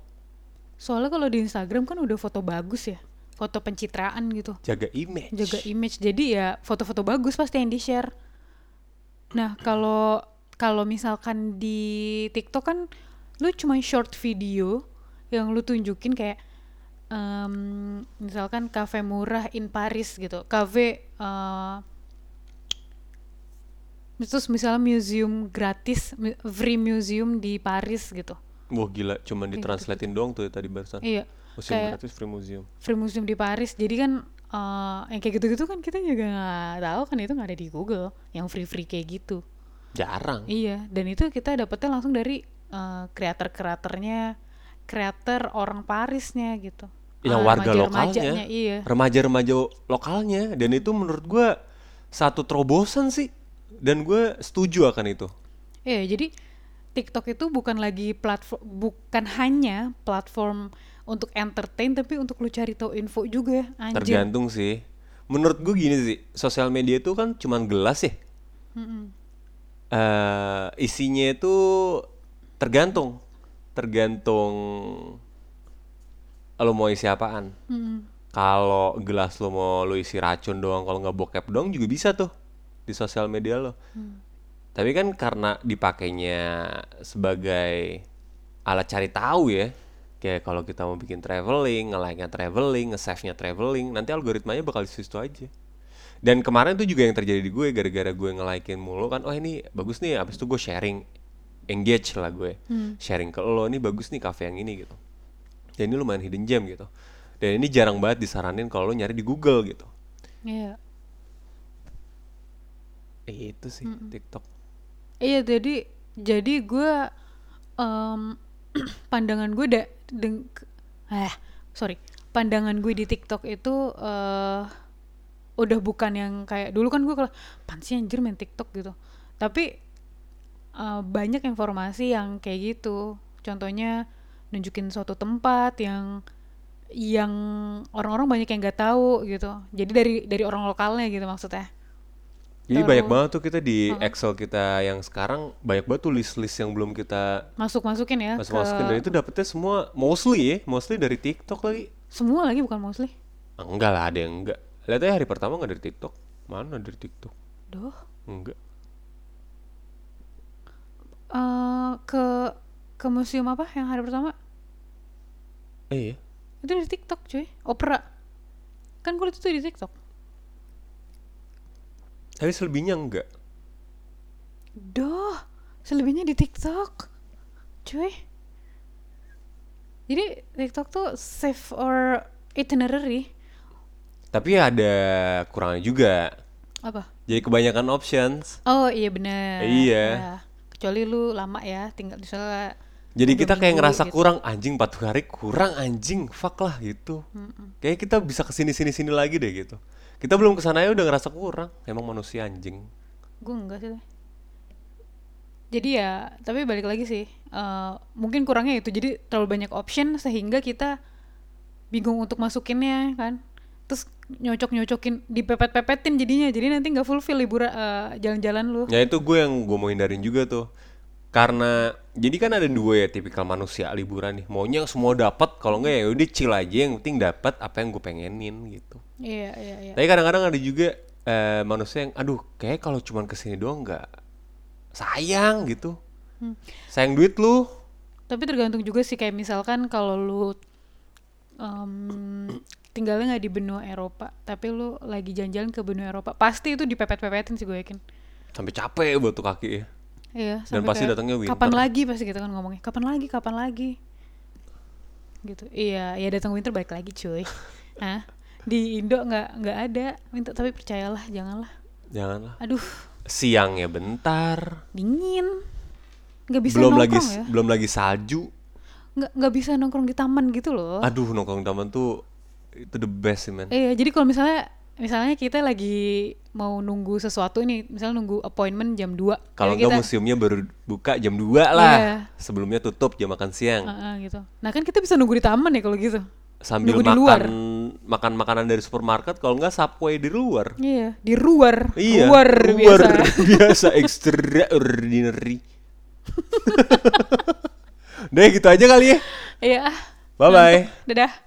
Speaker 2: soalnya kalau di Instagram kan udah foto bagus ya foto pencitraan gitu
Speaker 1: jaga image
Speaker 2: jaga image jadi ya foto-foto bagus pasti yang di share nah kalau kalau misalkan di TikTok kan lu cuma short video yang lu tunjukin kayak em, misalkan cafe murah in Paris gitu cafe eh, terus misalnya museum gratis mu- free museum di Paris gitu
Speaker 1: wah gila cuman ditranslatein doang tuh ya tadi barusan
Speaker 2: iya
Speaker 1: museum
Speaker 2: kayak-
Speaker 1: gratis free museum
Speaker 2: free museum di Paris jadi kan eh, yang kayak gitu-gitu kan kita juga nggak tahu kan itu nggak ada di Google yang free-free kayak gitu
Speaker 1: jarang
Speaker 2: iya dan itu kita dapetnya langsung dari eh, kreator-kreatornya kreator orang Parisnya gitu
Speaker 1: yang
Speaker 2: Ah,
Speaker 1: Iya, warga
Speaker 2: remaja-remajanya,
Speaker 1: lokalnya,
Speaker 2: iya
Speaker 1: remaja-remaja lokalnya, dan itu menurut gue satu terobosan sih, dan gue setuju akan itu.
Speaker 2: Iya, jadi TikTok itu bukan lagi platform bukan hanya platform untuk entertain tapi untuk lu cari tahu info juga anjir
Speaker 1: Tergantung sih. Menurut gue gini sih, sosial media itu kan cuman gelas ya. Eh, isinya itu tergantung, tergantung lo mau isi apaan. Kalau gelas lo mau lo isi racun doang, kalau nggak bokep doang juga bisa tuh di sosial media lo. Tapi kan karena dipakainya sebagai alat cari tahu ya. Kayak kalau kita mau bikin traveling, nge-like-nya traveling, nge-save-nya traveling, nanti algoritmanya bakal di situ aja. Dan kemarin tuh juga yang terjadi di gue gara-gara gue nge-like-in mulu kan, oh ini bagus nih, abis itu gue sharing, engage lah gue. Sharing ke lo, ini bagus nih cafe yang ini gitu. Dan ini lumayan hidden gem gitu. Dan ini jarang banget disaranin kalau lo nyari di Google gitu.
Speaker 2: iya
Speaker 1: Eh, itu sih TikTok.
Speaker 2: Iya jadi jadi gue em, (clears throat) pandangan gue da, deng, eh sorry pandangan gue di TikTok itu eh udah bukan yang kayak dulu kan gue kalau pansi anjir main TikTok gitu tapi eh, banyak informasi yang kayak gitu contohnya nunjukin suatu tempat yang yang orang-orang banyak yang nggak tahu gitu jadi dari dari orang lokalnya gitu maksudnya
Speaker 1: Jadi
Speaker 2: Terus- Hmm.
Speaker 1: banyak banget tuh kita di Excel kita yang sekarang banyak banget tuh list-list yang belum kita
Speaker 2: masuk masukin ya
Speaker 1: masuk
Speaker 2: ke-
Speaker 1: masukin dan itu dapetnya semua mostly ya, mostly dari TikTok lagi.
Speaker 2: semua lagi bukan mostly
Speaker 1: Ah, Enggak lah, ada yang enggak. Lihat aja hari pertama enggak dari TikTok. Mana dari TikTok?
Speaker 2: Duh,
Speaker 1: Enggak.
Speaker 2: eh, ke ke museum apa yang hari pertama?
Speaker 1: Eh iya.
Speaker 2: Itu di TikTok cuy, opera. Kan gue itu tuh di TikTok.
Speaker 1: Tapi selebihnya enggak.
Speaker 2: Duh, selebihnya di TikTok. Cuy. Jadi TikTok tuh save or itinerary
Speaker 1: Tapi ada kurangnya juga.
Speaker 2: apa?
Speaker 1: Jadi kebanyakan options.
Speaker 2: Oh iya benar.
Speaker 1: Iya.
Speaker 2: Kecuali lu lama ya tinggal di sana
Speaker 1: Jadi
Speaker 2: Udah
Speaker 1: kita kayak
Speaker 2: minggu
Speaker 1: ngerasa
Speaker 2: gitu.
Speaker 1: kurang anjing 40 hari, kurang anjing, fuck lah gitu. Kayak kita bisa kesini sini sini lagi deh gitu. Kita belum kesana ya udah ngerasa kurang. Emang manusia anjing.
Speaker 2: Gue enggak sih. tapi. Jadi ya, tapi balik lagi sih. eh, mungkin kurangnya itu. Jadi terlalu banyak option sehingga kita bingung untuk masukinnya kan. Terus nyocok-nyocokin, dipepet-pepetin jadinya. Jadi nanti nggak fulfill liburan eh, jalan-jalan lu.
Speaker 1: Ya itu gue yang gue mau hindarin juga tuh. Karena jadi kan ada dua ya tipikal manusia liburan nih. Maunya semua dapat, kalau enggak ya udah chill aja yang penting dapat apa yang gue pengenin gitu.
Speaker 2: Iya, iya, iya.
Speaker 1: Tapi kadang-kadang ada juga eh, manusia yang aduh kayak kalau cuman kesini doang nggak sayang gitu.
Speaker 2: Hmm.
Speaker 1: Sayang duit lu.
Speaker 2: Tapi tergantung juga sih kayak misalkan kalau lu em, tinggalnya nggak di benua Eropa, tapi lu lagi jalan-jalan ke benua Eropa, pasti itu dipepet-pepetin sih gue yakin.
Speaker 1: sampai capek batu kaki ya.
Speaker 2: Iya.
Speaker 1: Dan
Speaker 2: sampai
Speaker 1: pasti
Speaker 2: kayak,
Speaker 1: datangnya winter."
Speaker 2: Kapan lagi pasti gitu kan ngomongnya. Kapan lagi? Kapan lagi? Gitu. Iya, ya datang winter balik lagi
Speaker 1: (laughs)
Speaker 2: cuy. Hah? Di Indo nggak nggak ada winter, tapi percayalah, janganlah.
Speaker 1: Janganlah.
Speaker 2: Aduh,
Speaker 1: Siangnya bentar.
Speaker 2: dingin. Nggak bisa
Speaker 1: belum lagi
Speaker 2: nongkrong ya.
Speaker 1: belum lagi salju.
Speaker 2: Nggak nggak bisa nongkrong di taman gitu loh.
Speaker 1: Aduh, nongkrong taman tuh itu the best sih, men.
Speaker 2: Iya, jadi kalau misalnya misalnya kita lagi mau nunggu sesuatu ini, misalnya nunggu appointment jam 2.
Speaker 1: Kalau
Speaker 2: Nah, kita
Speaker 1: enggak museumnya baru buka jam 2 lah.
Speaker 2: Iya.
Speaker 1: Sebelumnya tutup jam makan siang.
Speaker 2: Heeh, gitu. Nah, kan kita bisa nunggu di taman ya kalau gitu.
Speaker 1: Sambil
Speaker 2: nunggu
Speaker 1: makan
Speaker 2: di luar.
Speaker 1: makan makanan dari supermarket, kalau enggak Subway di luar.
Speaker 2: Iya, di luar.
Speaker 1: Iya.
Speaker 2: Luar
Speaker 1: luar (laughs)
Speaker 2: biasa.
Speaker 1: biasa
Speaker 2: (laughs)
Speaker 1: extraordinary. Deh gitu aja kali ya.
Speaker 2: Iya. ah.
Speaker 1: Bye bye.
Speaker 2: Dadah.